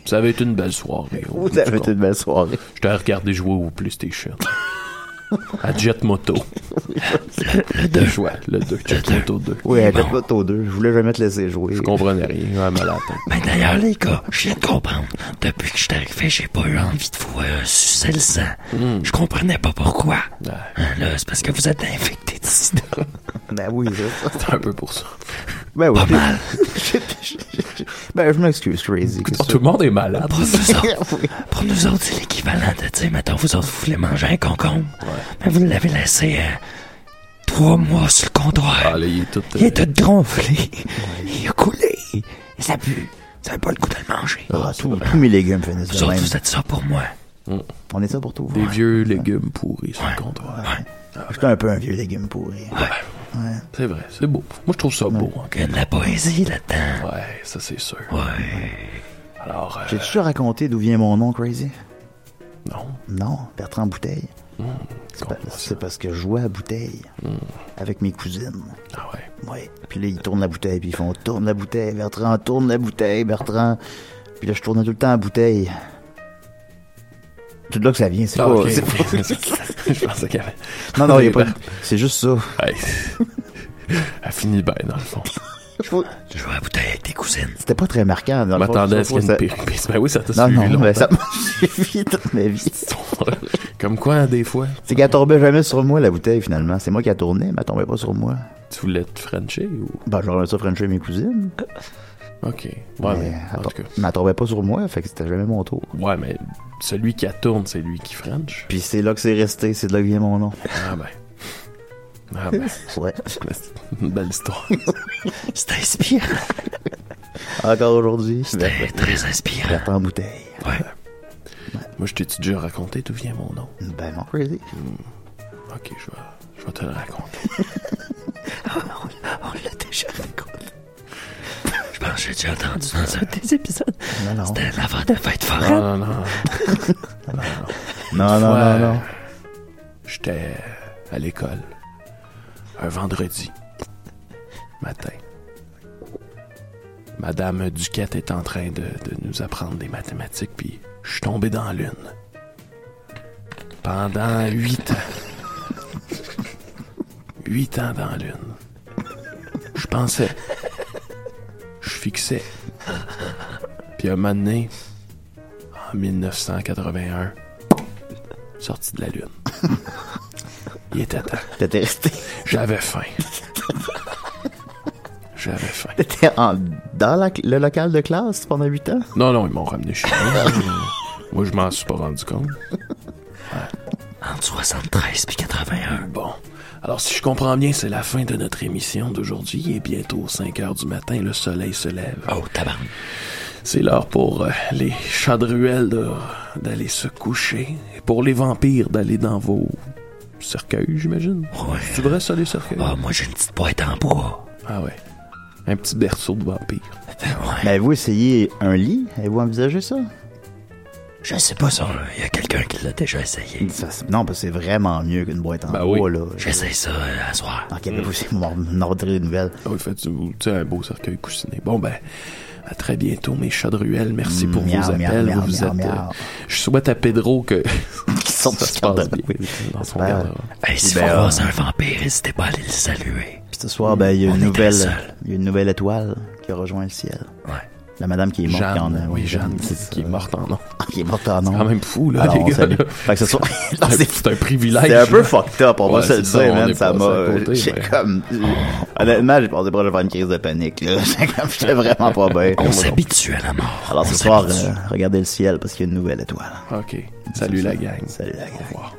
S2: Ça avait été une belle soirée. au bout
S3: Vous
S2: du
S3: avez
S2: compte.
S3: été une belle soirée.
S2: Je t'ai regardé jouer au PlayStation. à Jet Moto. le 2. choix, le 2. Jet Moto 2.
S3: Oui, elle était pas aux deux. Je voulais jamais te laisser jouer.
S2: Je comprenais rien, ouais, malade.
S5: Mais d'ailleurs, les gars, je viens de comprendre. Depuis que je suis arrivé, j'ai pas eu envie de vous euh, sucer le sang.
S3: Hmm.
S5: Je comprenais pas pourquoi.
S2: Ouais.
S5: Hein, Là, c'est parce que vous êtes infecté de sida.
S3: Ben oui,
S2: [LAUGHS]
S3: ça.
S2: C'est un peu pour ça.
S3: Ben oui.
S5: Pas mal.
S3: [LAUGHS] ben, je m'excuse, Crazy. qu'est-ce que
S2: Tout le monde est malade.
S5: Pour nous autres,
S3: Oui.
S5: pour nous autres, c'est l'équivalent de, tu sais, mettons, vous autres, vous voulez manger un concombre, mais vous l'avez laissé euh, trois mois sur le comptoir.
S2: Ah, là, il est tout.
S5: Il est
S2: euh,
S5: tout gonflé. Il a coulé. Et ça pue. Ça n'a pas le goût de le manger.
S3: Ah, tous tous mes légumes finissent
S5: Vous
S3: de
S5: autres,
S3: même.
S5: vous êtes ça pour moi.
S3: On est ça pour tout.
S2: Des
S3: ouais.
S2: vieux légumes pourris sur le comptoir.
S3: Je suis un peu un vieux légume pourri.
S2: C'est vrai, c'est beau. Moi, je trouve ça beau. hein.
S5: Il y a de la poésie là-dedans.
S2: Ouais, ça, c'est sûr.
S5: Ouais.
S2: Alors, euh,
S3: J'ai toujours raconté d'où vient mon nom, Crazy?
S2: non.
S3: Non, Bertrand Bouteille. C'est
S2: Compte-moi
S3: pa-
S2: Hmm, ça. Hmm.
S3: C'est parce que je jouais à Bouteille avec mes cousines.
S2: Ah ouais.
S3: Ouais. Puis là, ils tournent la bouteille, puis ils font tourne la bouteille, Bertrand, tourne la bouteille, Bertrand. Puis là, je tournais tout le temps la bouteille. Tout de là que ça vient, c'est
S2: Ah,
S3: pas.
S2: ok.
S3: [LAUGHS] c'est pas-
S2: je pensais qu'il y avait.
S3: Non, non, il a
S2: [LAUGHS]
S3: pas. de- C'est juste ça.
S2: Hey. Elle finit bien, dans le fond.
S5: Je joue à la bouteille avec tes cousines.
S3: C'était pas très marquant. dans
S2: Je
S3: le fond,
S2: m'attendais à ce
S3: je
S2: qu'il y ait
S3: trouve
S2: une péripétie. Ben oui, ça t'a
S3: ça-
S2: suivi
S3: Non, non,
S2: longtemps.
S3: mais ça m'a [LAUGHS] suivi toute ma vie.
S2: [LAUGHS] Comme quoi, des fois,
S3: C'est qu'elle tombait jamais sur moi, la bouteille, finalement. C'est moi qui la tournais, mais elle tombait pas sur moi.
S2: tu voulais te frencher ou.
S3: Ben, j'aurais aimé ça Frencher mes cousines.
S2: Ok. Ah Ouais, mais.
S3: mais,
S2: En
S3: elle
S2: tout
S3: to-
S2: cas.
S3: mais elle tombait pas sur moi, fait que c'était jamais mon tour.
S2: Ouais, mais celui qui la tourne, c'est lui qui french.
S3: Puis c'est là que c'est resté, c'est de là que vient mon nom.
S2: Ah ben. Ah ben.
S3: Ouais.
S2: C'est une belle histoire.
S5: C'est inspirant.
S3: Encore aujourd'hui.
S5: C'est très inspirant.
S3: Bertrand Bouteille.
S2: Moi, je t'ai-tu déjà raconté d'où vient mon nom?
S3: Ben non, crazy.
S2: Ok, je vais, je vais te le raconter.
S5: On l'a déjà raconté. Je pense que j'ai déjà entendu dans un des épisodes.
S3: Non, non.
S5: C'était l'avant de fête foraine.
S2: Non, non, non.
S3: Non,
S2: fois,
S3: non, non, non.
S2: J'étais à l'école. Un vendredi. Matin. Madame Duquette est en train de, de nous apprendre des mathématiques, puis je suis tombé dans la l'une. Pendant huit ans. Huit ans dans la l'une. Je pensais. Je fixais. Puis un moment donné, en 1981, sorti de la lune. Il était temps.
S3: T'étais resté. [LAUGHS]
S2: J'avais faim. J'avais faim.
S3: T'étais en... dans la- le local de classe pendant 8 ans?
S2: Non, non, ils m'ont ramené chez moi. moi, je m'en suis pas rendu compte.
S5: Entre 73 puis 81.
S2: Bon. Alors, si je comprends bien, c'est la fin de notre émission d'aujourd'hui. Il est bientôt 5 heures du matin, le soleil se lève.
S5: Oh, tabarnak.
S2: C'est l'heure pour euh, les chats de ruelle de- d'aller se coucher. Et pour les vampires, d'aller dans vos cercueils, j'imagine.
S5: Ouais.
S2: Tu vrai, ça, les cercueils?
S5: Ah, moi, j'ai une petite boîte en bois.
S2: Ah ouais. Un petit berceau de vampire.
S5: Ouais.
S3: Mais avez-vous essayé un lit? Avez-vous envisagé ça?
S5: Je sais pas ça, là. Il y a quelqu'un qui l'a déjà essayé.
S3: Ça, c'est- non, parce que c'est vraiment mieux qu'une boîte en
S2: Ben
S3: bois,
S2: oui.
S3: là.
S5: J'essaie ça euh, à soir.
S3: Ok, mais vous, c'est mon mon ordre de nouvelles.
S2: Ah oui, faites tu sais, un beau cercueil coussiné. Bon, ben, à très bientôt, mes chats de ruelle. Merci pour
S3: Miaou,
S2: vos
S3: miaou,
S2: appels.
S3: miaou,
S2: vous
S3: miaou,
S2: êtes, euh,
S3: miaou.
S2: je souhaite à Pedro
S3: [LAUGHS]
S2: que
S3: Qui sont
S2: ça
S3: du
S2: se passe bien
S3: garde-robe. Oui.
S2: dans son
S3: J'espère.
S2: garde-robe.
S5: Hey, si vous
S3: Ben,
S5: croisez un vampire, n'hésitez pas à aller le saluer.
S3: Puis ce soir, ben, il y a
S5: On
S3: une
S5: est
S3: nouvelle,
S5: très seul.
S3: il y a une nouvelle étoile qui a rejoint le ciel.
S5: Ouais.
S3: La madame qui est morte. qui en
S2: Jeanne,
S3: a-
S2: oui, Jeanne,
S3: c'est
S2: c'est-
S3: ça.
S2: qui est morte en nom.
S3: Ah, [LAUGHS] qui est morte en
S2: C'est
S3: nom.
S2: quand même fou, là,
S3: Alors,
S2: les
S3: on
S2: gars.
S3: salue.
S2: là.
S3: [LAUGHS] Fait que
S2: [LAUGHS]
S3: ce soir, Non,
S2: C'est
S3: c'est
S2: c'est un privilège.
S3: C'est un peu
S2: là.
S3: fucked up, on
S2: Ouais,
S3: va se le
S2: c'est ça,
S3: dire,
S2: on est
S3: man. Ça
S2: passé
S3: m'a.
S2: à
S3: euh,
S2: côté,
S3: [LAUGHS] J'ai
S2: mais-
S3: comme. Honnêtement, j'ai pensé pas de faire une crise de panique, là. [LAUGHS] J'ai comme- J'étais vraiment pas bien.
S5: On s'habitue à la mort.
S3: Alors
S5: On
S3: ce soir,
S5: s'habitue.
S3: euh, regardez le ciel parce qu'il y a une nouvelle étoile.
S2: OK. Salut la gang.
S3: Salut la gang.
S2: Au revoir.